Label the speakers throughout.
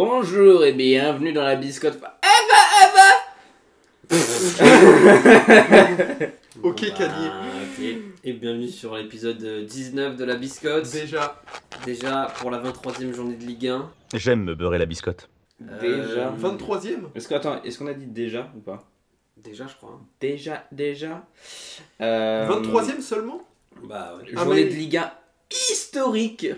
Speaker 1: Bonjour et bienvenue dans la biscotte. fa-
Speaker 2: Ok, Cadier.
Speaker 1: Cadier. bah, Et bienvenue sur l'épisode euh, 19 de la biscotte.
Speaker 2: Déjà.
Speaker 1: Déjà pour la 23e journée de Ligue 1.
Speaker 3: J'aime me beurrer la biscotte.
Speaker 1: Euh, Déjà.
Speaker 2: 23ème
Speaker 4: Est-ce que- attends, est-ce qu'on a dit déjà ou pas
Speaker 1: Déjà, je crois. hein.
Speaker 4: Déjà, déjà. Euh,
Speaker 2: 23ème seulement
Speaker 1: Bah ouais.
Speaker 2: Ah,
Speaker 4: Journée
Speaker 2: mais-
Speaker 4: de Ligue 1 historique.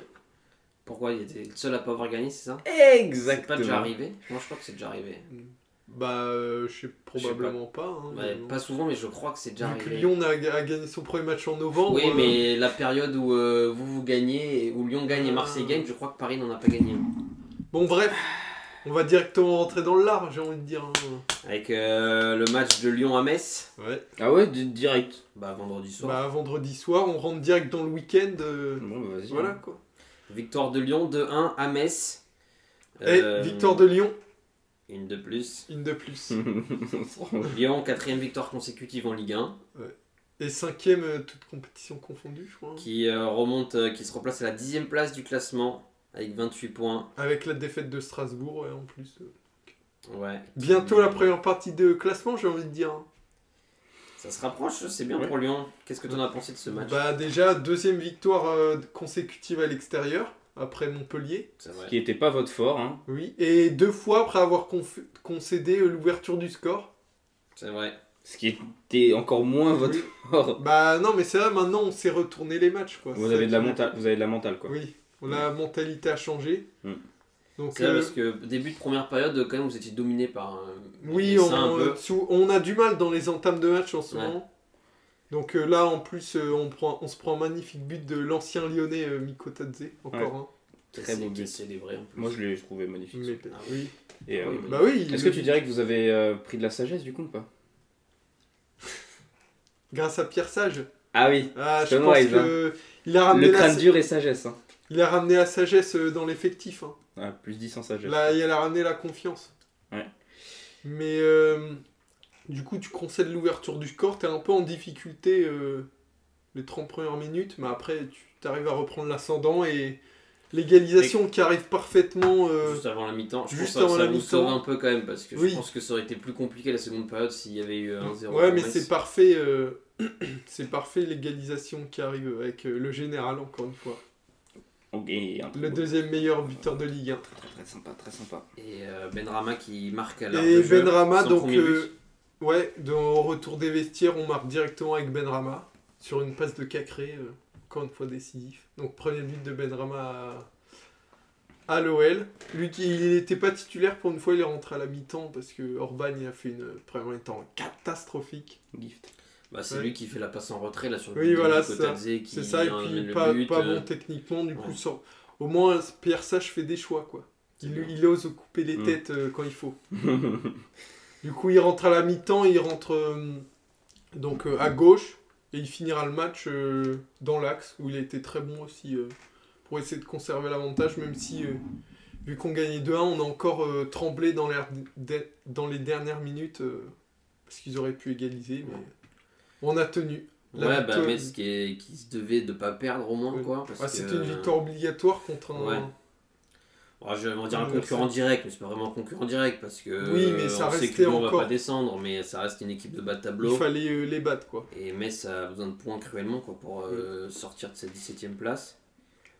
Speaker 1: Pourquoi il était le seul à pas avoir gagné, c'est ça C'est pas
Speaker 4: Exactement.
Speaker 1: déjà arrivé Moi, je crois que c'est déjà arrivé.
Speaker 2: Bah, euh, je sais probablement pas. hein,
Speaker 1: Ouais,
Speaker 2: mais-
Speaker 1: pas souvent, mais je crois que c'est déjà
Speaker 2: Vu que
Speaker 1: arrivé.
Speaker 2: Lyon a, a gagné son premier match en novembre.
Speaker 1: Oui,
Speaker 2: euh,
Speaker 1: mais la période où euh, vous vous gagnez, et où Lyon gagne et Marseille
Speaker 2: Ah.
Speaker 1: gagne, je crois que Paris n'en a pas gagné.
Speaker 2: euh, Bon, bref, on va directement rentrer dans le lard, j'ai envie de dire. hein.
Speaker 1: Avec euh, le match de Lyon à Metz,
Speaker 2: Ouais.
Speaker 4: Ah ouais, di- direct.
Speaker 1: bah vendredi soir.
Speaker 2: Bah, vendredi soir, on rentre direct dans le week-end. euh,
Speaker 4: Bon, bah, vas-y.
Speaker 2: Voilà quoi.
Speaker 1: Victoire de Lyon 2-1 à Metz.
Speaker 2: Bah. Et
Speaker 1: Euh, Hmm.
Speaker 2: victoire de Lyon,
Speaker 1: Une de plus.
Speaker 2: une de plus.
Speaker 1: Lyon, quatrième victoire consécutive en Ligue 1,
Speaker 2: Et cinquième, euh, toute compétition confondue, je crois. hein.
Speaker 1: qui euh, remonte, euh, qui se replace à la dixième place du classement avec 28 points.
Speaker 2: Avec la défaite de Strasbourg, ouais, en plus. Euh,
Speaker 1: Ouais.
Speaker 2: Bientôt la première partie de classement, j'ai envie de dire. hein.
Speaker 1: Ça se rapproche, c'est bien
Speaker 4: Ouais.
Speaker 1: pour Lyon. Qu'est-ce que t'en as pensé de ce match
Speaker 2: Bah déjà, deuxième victoire euh, consécutive à l'extérieur, après Montpellier.
Speaker 1: C'est
Speaker 4: Ce
Speaker 1: vrai.
Speaker 4: qui n'était pas votre fort. Hein.
Speaker 2: Oui. Et deux fois après avoir conf- concédé euh, l'ouverture du score.
Speaker 1: C'est vrai.
Speaker 4: Ce qui était encore moins votre
Speaker 2: Oui.
Speaker 4: fort.
Speaker 2: Bah non, mais c'est là, maintenant, on s'est retourné les matchs. Quoi.
Speaker 4: Vous
Speaker 2: C'est
Speaker 4: avez de la
Speaker 2: ça qui-
Speaker 4: mentale, vous avez de la mentale quoi.
Speaker 2: Oui, la mentalité a changé.
Speaker 4: Mm.
Speaker 2: Donc,
Speaker 1: C'est vrai
Speaker 2: euh,
Speaker 1: parce que début de première période, quand même, vous étiez dominé par. euh,
Speaker 2: oui,
Speaker 1: les
Speaker 2: on,
Speaker 1: Saints un peu.
Speaker 2: euh, sous- on a du mal dans les entames de match en ce
Speaker 1: Ouais.
Speaker 2: moment. Donc euh, là, en plus, euh, on, prend, on se prend un magnifique but de l'ancien lyonnais euh, Mikotadze, encore
Speaker 4: Ouais.
Speaker 2: un.
Speaker 4: Très
Speaker 1: qui-
Speaker 4: beau
Speaker 1: qui est
Speaker 4: but.
Speaker 1: célébré en plus.
Speaker 4: Moi je l'ai trouvé magnifique.
Speaker 2: Mais-
Speaker 1: Ah
Speaker 2: oui.
Speaker 4: Et, euh,
Speaker 1: Oui.
Speaker 2: Bah oui, il-
Speaker 4: Est-ce que tu dirais que vous avez euh, pris de la sagesse du coup ou pas
Speaker 2: grâce à Pierre Sage,
Speaker 4: Ah oui.
Speaker 2: Ah, je
Speaker 4: Stone
Speaker 2: pense
Speaker 4: Wise, hein.
Speaker 2: que il a ramené
Speaker 4: Le
Speaker 2: Ah, la,
Speaker 4: crâne dur et sagesse. Hein.
Speaker 2: il a ramené la sagesse euh, dans l'effectif. hein.
Speaker 4: Ah, plus 10 sans sagesse.
Speaker 2: Là, il a ramené la confiance.
Speaker 4: Ouais.
Speaker 2: Mais euh, du coup, tu concèdes l'ouverture du score, t'es un peu en difficulté euh, les 30 premières minutes, mais après, tu arrives à reprendre l'ascendant et l'égalisation qui arrive parfaitement. euh,
Speaker 1: Juste avant la mi-temps, je
Speaker 2: juste
Speaker 1: pense que
Speaker 2: avant
Speaker 1: ça
Speaker 2: la
Speaker 1: vous
Speaker 2: mi-temps.
Speaker 1: sauve un peu quand même parce que
Speaker 2: Oui.
Speaker 1: je pense que ça aurait été plus compliqué la seconde période s'il y avait eu un 0
Speaker 2: ouais, mais c'est parfait. euh, C'est parfait l'égalisation qui arrive avec euh, le général, encore une fois.
Speaker 4: Ok, un très
Speaker 2: Le
Speaker 4: beau-
Speaker 2: deuxième meilleur buteur de Ligue 1.
Speaker 4: Très, très sympa, très sympa.
Speaker 1: Et euh, Benrama qui marque à l'heure
Speaker 2: Et
Speaker 1: de jeu,
Speaker 2: Benrama,
Speaker 1: son
Speaker 2: donc,
Speaker 1: premier but.
Speaker 2: euh, ouais, dans- au retour des vestiaires, on marque directement avec Benrama sur une passe de Cacré, euh, encore une fois décisif. Donc, premier but de Benrama à, à l'OL. Lui, qui- il n'était pas titulaire pour une fois, il est rentré à la mi-temps parce que Orban il a fait une première mi-temps catastrophique.
Speaker 4: Gift.
Speaker 1: Bah, c'est
Speaker 2: Ouais.
Speaker 1: lui qui fait la passe en retrait là sur le
Speaker 2: Oui,
Speaker 1: but de
Speaker 2: voilà,
Speaker 1: Nico
Speaker 2: c'est ça.
Speaker 1: Tadze qui
Speaker 2: C'est ça, et
Speaker 1: en amène
Speaker 2: puis
Speaker 1: le
Speaker 2: pas,
Speaker 1: but,
Speaker 2: pas
Speaker 1: euh,
Speaker 2: bon techniquement, du coup,
Speaker 1: ouais.
Speaker 2: sans- au moins Pierre Sage fait des choix, quoi. Il,
Speaker 1: C'est bien.
Speaker 2: il ose couper les
Speaker 4: Mm.
Speaker 2: têtes euh, quand il faut. Du coup, il rentre à la mi-temps, il rentre euh, donc euh, à gauche et il finira le match euh, dans l'axe où il a été très bon aussi euh, pour essayer de conserver l'avantage, même si euh, vu qu'on gagnait 2-1, on a encore euh, tremblé dans, l'air- de- dans les dernières minutes euh, parce qu'ils auraient pu égaliser, mais on a tenu. la
Speaker 1: ouais, bah
Speaker 2: victoire-
Speaker 1: Metz qui, est- qui se devait de pas perdre au moins
Speaker 2: Ouais.
Speaker 1: quoi. Parce
Speaker 2: Ah,
Speaker 1: que, euh,
Speaker 2: C'était une victoire obligatoire contre un.
Speaker 1: ouais. Oh, je vais en dire un
Speaker 2: Universel.
Speaker 1: concurrent direct, mais c'est pas vraiment un concurrent direct parce que
Speaker 2: Oui, mais
Speaker 1: euh,
Speaker 2: ça
Speaker 1: on sait que
Speaker 2: restait
Speaker 1: Lyon
Speaker 2: encore-
Speaker 1: va pas descendre, mais ça reste une équipe de bas de
Speaker 2: Il
Speaker 1: tableau.
Speaker 2: fallait euh, les battre quoi.
Speaker 1: Et Metz a besoin de points cruellement quoi, pour euh, sortir de cette 17ème place.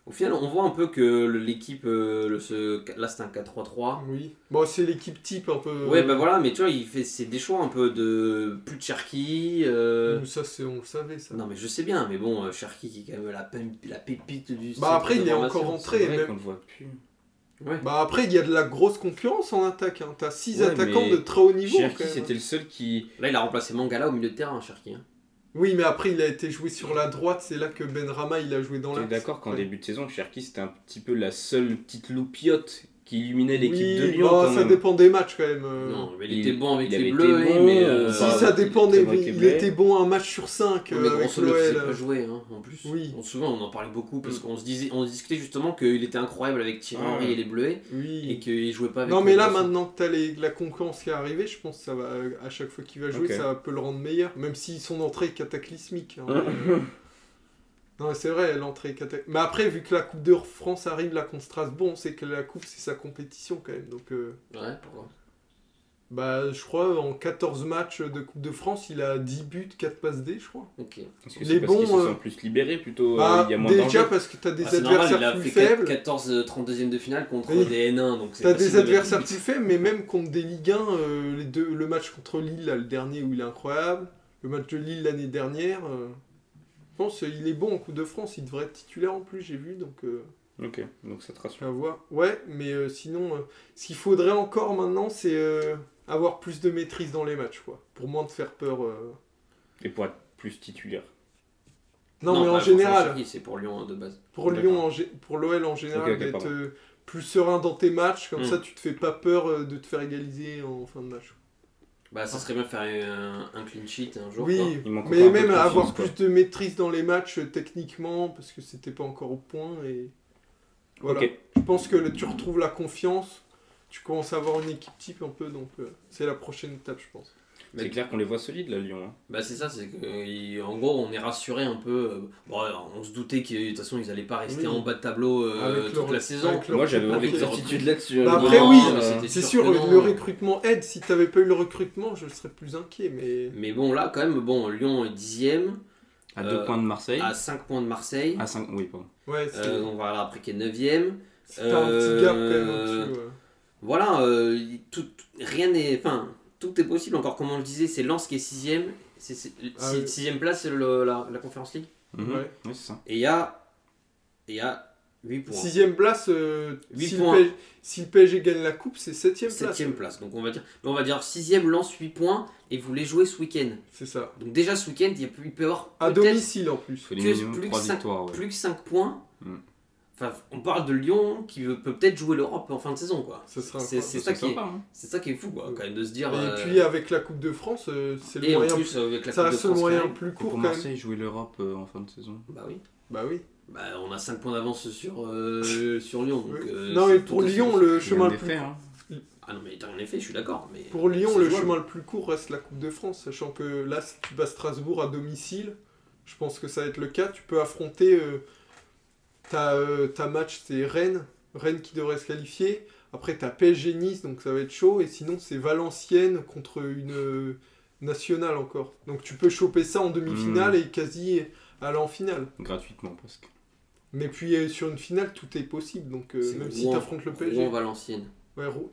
Speaker 1: Au final, on voit un peu que le- l'équipe, euh, le- ce- là c'est un 4-3-3.
Speaker 2: Oui. Bon, c'est l'équipe type un peu.
Speaker 1: Ah.
Speaker 2: euh,
Speaker 1: Ouais, bah voilà, mais tu vois, il fait c'est des choix un peu de plus de Cherki. euh,
Speaker 2: Nous, ça, c'est- on le savait ça.
Speaker 1: Non, mais je sais bien, mais bon, euh, Cherki qui est quand même la, pém- la pépite du.
Speaker 2: Bah, après,
Speaker 1: centre de
Speaker 2: il est
Speaker 1: formation.
Speaker 2: encore en
Speaker 4: C'est
Speaker 2: Très,
Speaker 4: vrai
Speaker 2: mais-
Speaker 4: qu'on le voit plus.
Speaker 1: Ouais.
Speaker 2: Bah après, il y a de la grosse concurrence en attaque. Hein. T'as 6
Speaker 4: Ouais,
Speaker 2: attaquants
Speaker 4: mais
Speaker 2: de très haut niveau.
Speaker 4: Cherki,
Speaker 2: quand même. hein.
Speaker 4: c'était le seul qui.
Speaker 1: Là, il a remplacé Mangala au milieu de terrain, Cherki. hein.
Speaker 2: Oui, mais après, il a été joué sur la droite. C'est là que Benrama, il a joué dans
Speaker 4: T'es
Speaker 2: la...
Speaker 4: d'accord qu'en
Speaker 2: Ouais.
Speaker 4: début de saison, Cherki, c'était un petit peu la seule petite loupiote qui illuminait l'équipe
Speaker 2: oui,
Speaker 4: de Lyon.
Speaker 2: bah,
Speaker 4: quand
Speaker 2: ça
Speaker 4: même.
Speaker 2: dépend des matchs quand même. euh.
Speaker 1: non, mais il,
Speaker 4: il-
Speaker 1: était bon avec
Speaker 4: il
Speaker 1: les
Speaker 4: avait
Speaker 1: bleus,
Speaker 4: été
Speaker 1: oui,
Speaker 4: bon,
Speaker 1: mais.
Speaker 4: euh,
Speaker 2: Si
Speaker 4: bah,
Speaker 2: ça dépend des...
Speaker 4: c'est vrai qu'il
Speaker 2: Il
Speaker 4: est
Speaker 2: était bon un match sur 5
Speaker 1: mais
Speaker 2: avec
Speaker 1: grosso modo, il faisait
Speaker 2: l'OL.
Speaker 1: pas jouer, hein, en plus.
Speaker 2: euh. Oui.
Speaker 1: On se souvient, on en parlait beaucoup parce
Speaker 2: Mm.
Speaker 1: qu'on se disait, on discutait justement qu'il était incroyable avec Thierry
Speaker 4: Ah,
Speaker 1: Henry
Speaker 4: ouais.
Speaker 1: et les Bleuets et
Speaker 2: Oui.
Speaker 1: qu'il jouait pas avec.
Speaker 2: Non, mais
Speaker 1: les
Speaker 2: là,
Speaker 1: Bleus.
Speaker 2: maintenant que t'as les... la concurrence qui est arrivée, je pense que ça va... à chaque fois qu'il va jouer,
Speaker 4: Ok.
Speaker 2: ça peut le rendre meilleur. Même si son entrée est cataclysmique. hein. Non, mais c'est vrai, l'entrée. est cata- Mais après, vu que la Coupe de France arrive là contre Strasbourg, on sait que la Coupe, c'est sa compétition quand même. Donc, euh,
Speaker 1: Ouais, pourquoi
Speaker 2: bah, je crois, en 14 matchs de Coupe de France, il a 10 buts, 4 passes D, je crois.
Speaker 1: Ok.
Speaker 4: Est-ce que
Speaker 2: Les
Speaker 4: c'est parce qu'ils
Speaker 2: bons,
Speaker 4: se
Speaker 2: euh,
Speaker 4: sont plus libérés plutôt euh,
Speaker 2: Bah,
Speaker 4: Il y a moins
Speaker 2: déjà,
Speaker 4: d'enjeux
Speaker 2: parce que t'as des
Speaker 1: Ah, c'est normal,
Speaker 2: adversaires
Speaker 1: il a
Speaker 2: plus
Speaker 1: fait
Speaker 2: faibles.
Speaker 1: 14 euh, 32e de finale contre
Speaker 2: Oui.
Speaker 1: des N1, donc c'est
Speaker 2: T'as
Speaker 1: facile
Speaker 2: des
Speaker 1: de mettre-
Speaker 2: adversaires plus faibles, mais même contre des Ligue 1, euh, les deux, le match contre Lille, là, le dernier où il est incroyable, le match de Lille l'année dernière, euh, je pense euh, il est bon en Coupe de France, il devrait être titulaire en plus, j'ai vu, donc euh,
Speaker 4: Ok, donc ça te rassure.
Speaker 2: à voir. Ouais, mais euh, sinon, euh, ce qu'il faudrait encore maintenant, c'est euh, avoir plus de maîtrise dans les matchs, quoi, pour moins de faire peur. euh.
Speaker 4: Et pour être plus titulaire.
Speaker 2: Non, mais
Speaker 4: bah,
Speaker 1: pas
Speaker 2: en
Speaker 1: contre la
Speaker 2: général,
Speaker 1: Turquie, C'est pour Lyon hein, de base.
Speaker 2: pour
Speaker 4: D'accord.
Speaker 2: Lyon, en gé- pour l'OL en général,
Speaker 4: Ok, ok,
Speaker 2: d'être
Speaker 4: pardon.
Speaker 2: euh, plus serein dans tes matchs, comme
Speaker 1: Hmm.
Speaker 2: ça tu te fais pas peur euh, de te faire égaliser en fin de match.
Speaker 1: Bah, ça serait bien de faire un, un clean sheet un jour. quoi.
Speaker 2: Oui,
Speaker 4: Il manque encore un
Speaker 2: mais
Speaker 4: peu de
Speaker 2: même
Speaker 4: confiance,
Speaker 2: avoir
Speaker 4: quoi.
Speaker 2: plus de maîtrise dans les matchs euh, techniquement, parce que c'était pas encore au point. Et voilà.
Speaker 4: Ok.
Speaker 2: Je pense que là, tu retrouves la confiance, tu commences à avoir une équipe type un peu, donc euh, c'est la prochaine étape, je pense.
Speaker 4: C'est clair qu'on les voit solides là, Lyon. hein.
Speaker 1: Bah, c'est ça, c'est que, euh, il- en gros, on est rassuré un peu. euh, Bon, alors, on se doutait que de toute façon, ils allaient pas rester
Speaker 2: Oui.
Speaker 1: en bas de tableau euh,
Speaker 2: Avec
Speaker 1: toute
Speaker 2: leur-
Speaker 1: la saison.
Speaker 2: avec leur-
Speaker 4: Moi j'avais
Speaker 1: Avec
Speaker 4: aucune
Speaker 1: leur-
Speaker 4: certitude là-dessus.
Speaker 2: Bah,
Speaker 4: hein,
Speaker 2: après,
Speaker 4: non,
Speaker 2: oui,
Speaker 4: euh,
Speaker 1: mais c'était-
Speaker 2: C'est
Speaker 1: sûr
Speaker 2: sûr,
Speaker 1: que
Speaker 2: le,
Speaker 1: non.
Speaker 2: le recrutement aide. Si t'avais pas eu le recrutement, je serais plus inquiet, mais.
Speaker 1: Mais bon, là, quand même, bon, Lyon est 10ème,
Speaker 4: À deux
Speaker 1: Euh,
Speaker 4: points de Marseille.
Speaker 1: à 5 points de Marseille.
Speaker 4: À 5, oui, pardon.
Speaker 2: Ouais, Ah, c'est
Speaker 1: Euh, donc voilà, après qui est 9ème.
Speaker 2: c'est pas un petit gap quand même
Speaker 1: euh,
Speaker 2: au-dessus. ouais.
Speaker 1: Voilà, euh, il- tout, tout- rien n'est. Enfin, tout est possible. Encore, comme on le disait, c'est Lens qui est 6ème. C'est, c'est-
Speaker 2: Ah
Speaker 1: si-
Speaker 2: oui.
Speaker 1: sixième place, c'est le- la, la Conférence League.
Speaker 4: Mhm.
Speaker 2: Ouais.
Speaker 4: Oui, c'est ça.
Speaker 1: Et il y a. et Il y a 8 points.
Speaker 2: Sixième place, euh,
Speaker 1: Huit
Speaker 2: si,
Speaker 1: points.
Speaker 2: le PSG, si le PSG gagne la coupe, c'est septième place.
Speaker 1: 7ème place. Donc on va dire, mais on va dire 6ème lance 8 points et vous les jouez ce week-end.
Speaker 2: C'est ça.
Speaker 1: Donc déjà ce week-end, il, y a plus- il peut y avoir
Speaker 2: À
Speaker 1: peut-être
Speaker 2: domicile en plus.
Speaker 4: Il faut les
Speaker 1: Plus-
Speaker 4: minimum
Speaker 1: plus
Speaker 4: 3
Speaker 1: que cinq-
Speaker 4: victoires. ouais.
Speaker 1: plus que 5 points.
Speaker 4: Mm.
Speaker 1: Enfin, on parle de Lyon qui veut- peut peut-être jouer l'Europe en fin de saison quoi.
Speaker 2: Ce sera
Speaker 1: C'est,
Speaker 2: incroyable.
Speaker 1: c'est
Speaker 4: Ça,
Speaker 1: ça
Speaker 4: C'est
Speaker 1: qui est,
Speaker 4: sympa. hein.
Speaker 1: c'est ça qui est fou quoi,
Speaker 2: Oui.
Speaker 1: quand même de se dire.
Speaker 2: Hmm. Et
Speaker 1: euh,
Speaker 2: puis avec la Coupe de France, euh, c'est le
Speaker 1: et en
Speaker 2: moyen,
Speaker 1: plus avec la
Speaker 2: c'est
Speaker 1: Coupe
Speaker 2: le
Speaker 1: de
Speaker 2: seul
Speaker 1: France.
Speaker 2: moyen
Speaker 1: quand même.
Speaker 2: plus
Speaker 4: Et pour
Speaker 2: court quand même.
Speaker 4: Marseille, jouer l'europe euh, en fin de saison.
Speaker 1: Bah oui.
Speaker 2: Bah oui.
Speaker 1: Bah, on a 5 points d'avance sur, euh, sur Lyon. donc,
Speaker 2: Oui.
Speaker 1: euh,
Speaker 2: non
Speaker 1: c'est
Speaker 2: mais
Speaker 1: tout
Speaker 2: pour
Speaker 1: aussi
Speaker 2: Lyon,
Speaker 1: possible.
Speaker 2: le
Speaker 4: Rien
Speaker 2: chemin le
Speaker 4: n'est
Speaker 2: plus
Speaker 4: fait, hein.
Speaker 1: Ah non, mais t'as rien fait, je suis d'accord. Mais
Speaker 2: pour Lyon,
Speaker 1: c'est
Speaker 2: le
Speaker 1: jouable.
Speaker 2: chemin le plus court reste la Coupe de France, sachant que là, si tu vas à Strasbourg à domicile, je pense que ça va être le cas. Tu peux affronter euh, ta, euh, ta match, c'est Rennes, Rennes qui devrait se qualifier. Après, t'as PSG Nice, donc ça va être chaud. Et sinon, c'est Valenciennes contre une euh, nationale encore. Donc tu peux choper ça en demi-finale et quasi aller en finale.
Speaker 4: hein, Gratuitement presque.
Speaker 2: Mais puis euh, sur une finale, tout est possible. Donc euh,
Speaker 1: C'est
Speaker 2: même
Speaker 1: Rouen.
Speaker 2: si t'affrontes le PSG.
Speaker 1: Rouen, Valenciennes.
Speaker 2: Ouais, Rou-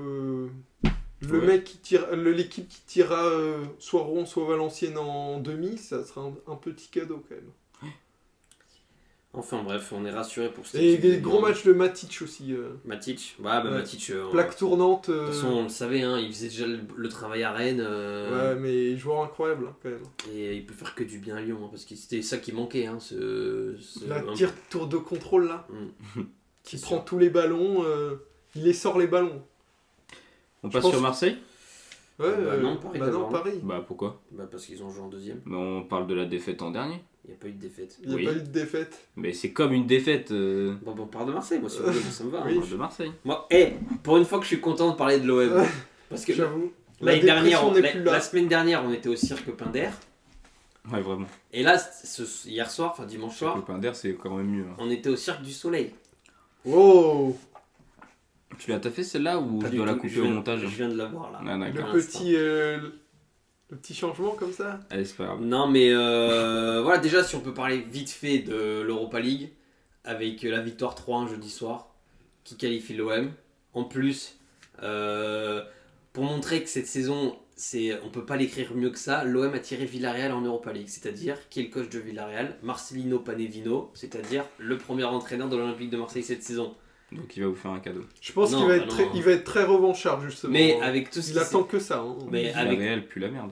Speaker 2: Euh, Le
Speaker 4: Ouais.
Speaker 2: mec qui tire, le- l'équipe qui tirera euh, soit Rouen soit Valenciennes en demi, ça sera un, un petit cadeau quand même.
Speaker 1: Enfin bref, on est rassuré pour cette
Speaker 2: Et
Speaker 1: équipe
Speaker 2: des
Speaker 1: de
Speaker 2: gros
Speaker 1: Lyon.
Speaker 2: matchs de Matic aussi. euh,
Speaker 1: Matic, bah, bah
Speaker 2: Ouais.
Speaker 1: Matic, euh, on- de
Speaker 2: Plaque tournante. euh,
Speaker 1: toute façon on le savait, hein, il faisait déjà le, le travail à Rennes euh,
Speaker 2: Ouais, mais joueur incroyable hein, quand même.
Speaker 1: et il peut faire que du bien à Lyon hein, parce que c'était ça qui manquait. Hein, ce, ce-
Speaker 2: La
Speaker 1: un-
Speaker 2: tire tour de contrôle là,
Speaker 1: Mm.
Speaker 2: qui
Speaker 1: C'est
Speaker 2: prend tous les ballons, euh, il les sort les ballons.
Speaker 4: On
Speaker 2: Je
Speaker 4: passe
Speaker 2: pense-
Speaker 4: sur Marseille
Speaker 2: Ouais,
Speaker 1: Bah
Speaker 2: euh,
Speaker 1: non, Paris
Speaker 2: bah
Speaker 1: d'abord,
Speaker 2: non,
Speaker 1: hein.
Speaker 2: Paris.
Speaker 4: Bah pourquoi
Speaker 1: Bah, parce qu'ils ont joué en deuxième,
Speaker 4: Mais on parle de la défaite en dernier.
Speaker 1: il n'y a pas eu de défaite.
Speaker 2: Il n'y a
Speaker 4: Oui.
Speaker 2: pas eu de défaite.
Speaker 4: Mais c'est comme une défaite euh,
Speaker 1: Bon, bah, on parle de Marseille, moi si vous voulez, ça me va. hein.
Speaker 2: Euh, Oui.
Speaker 4: de Marseille.
Speaker 1: Moi, eh, pour une fois que je suis content de parler de l'OM.
Speaker 2: Ouais.
Speaker 1: parce que
Speaker 2: J'avoue. Euh, La
Speaker 1: l'année dernière,
Speaker 2: dépression
Speaker 1: on-
Speaker 2: n'est
Speaker 1: la,
Speaker 2: plus là.
Speaker 1: la semaine dernière, on était au cirque Pinder.
Speaker 4: Ouais vraiment.
Speaker 1: Et là, ce- hier soir, enfin dimanche soir,
Speaker 4: Le pain d'air c'est quand même mieux. hein.
Speaker 1: on était au cirque du soleil.
Speaker 2: Wow
Speaker 4: Tu l'as taffé celle-là ou
Speaker 1: Pas
Speaker 4: je
Speaker 1: du
Speaker 4: dois la
Speaker 1: tout,
Speaker 4: couper
Speaker 1: je
Speaker 4: au
Speaker 1: viens-
Speaker 4: montage
Speaker 1: Je viens de la voir là.
Speaker 4: Ah d'accord.
Speaker 2: Le
Speaker 1: Un
Speaker 2: petit, euh, le petit changement comme ça.
Speaker 4: Allez c'est pas grave.
Speaker 1: Non, mais euh, voilà, déjà, si on peut parler vite fait de l'Europa League, avec la victoire 3-1 jeudi soir, qui qualifie l'OM. En plus, euh, pour montrer que cette saison, c'est, on peut pas l'écrire mieux que ça, l'OM a tiré Villarreal en Europa League. C'est-à-dire, qui est le coach de Villarreal Marcelino Panevino, c'est-à-dire le premier entraîneur de l'Olympique de Marseille cette saison.
Speaker 4: Donc il va vous faire un cadeau.
Speaker 2: Je pense
Speaker 1: Non,
Speaker 2: qu'il va,
Speaker 1: bah
Speaker 2: être
Speaker 1: non.
Speaker 2: très- il va être très revanchard, justement.
Speaker 1: Mais avec tout ce
Speaker 2: hein.
Speaker 1: qui
Speaker 2: Il
Speaker 1: s'est-
Speaker 2: attend que ça. hein.
Speaker 1: Mais
Speaker 4: La
Speaker 1: avec-
Speaker 4: réelle pue la merde.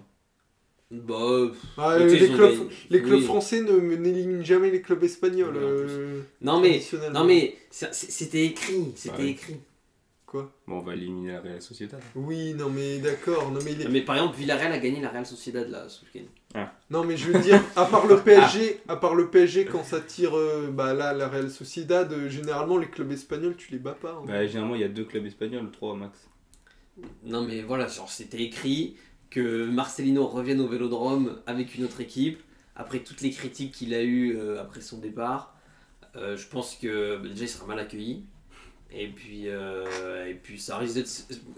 Speaker 1: Bah, euh,
Speaker 2: Ah,
Speaker 1: tu sais,
Speaker 2: les,
Speaker 1: ils ont
Speaker 2: clubs,
Speaker 1: gagné.
Speaker 2: les clubs
Speaker 1: Oui.
Speaker 2: français ne n'éliminent jamais les clubs espagnols.
Speaker 1: Ouais, en plus.
Speaker 2: euh,
Speaker 1: Non mais,
Speaker 2: traditionnellement.
Speaker 1: non mais, c'est- c'est- c'était écrit, c'était
Speaker 4: Ouais.
Speaker 1: écrit.
Speaker 2: Quoi
Speaker 4: Bon on va éliminer la Real Sociedad.
Speaker 2: Oui, non mais d'accord. Non mais, il est-
Speaker 1: Mais par exemple, Villarreal a gagné la Real Sociedad là ce week-end.
Speaker 2: non mais je veux dire, à part le PSG, à part le PSG quand ça tire, euh, bah là la Real Sociedad, euh, généralement les clubs espagnols tu les bats pas. hein.
Speaker 4: Bah généralement il y a deux clubs espagnols, trois max.
Speaker 1: Non mais voilà, genre c'était écrit que Marcelino revienne au Vélodrome avec une autre équipe, après toutes les critiques qu'il a eues euh, après son départ, euh, je pense que bah, déjà il sera mal accueilli. Et puis, euh, et puis ça risque d'être.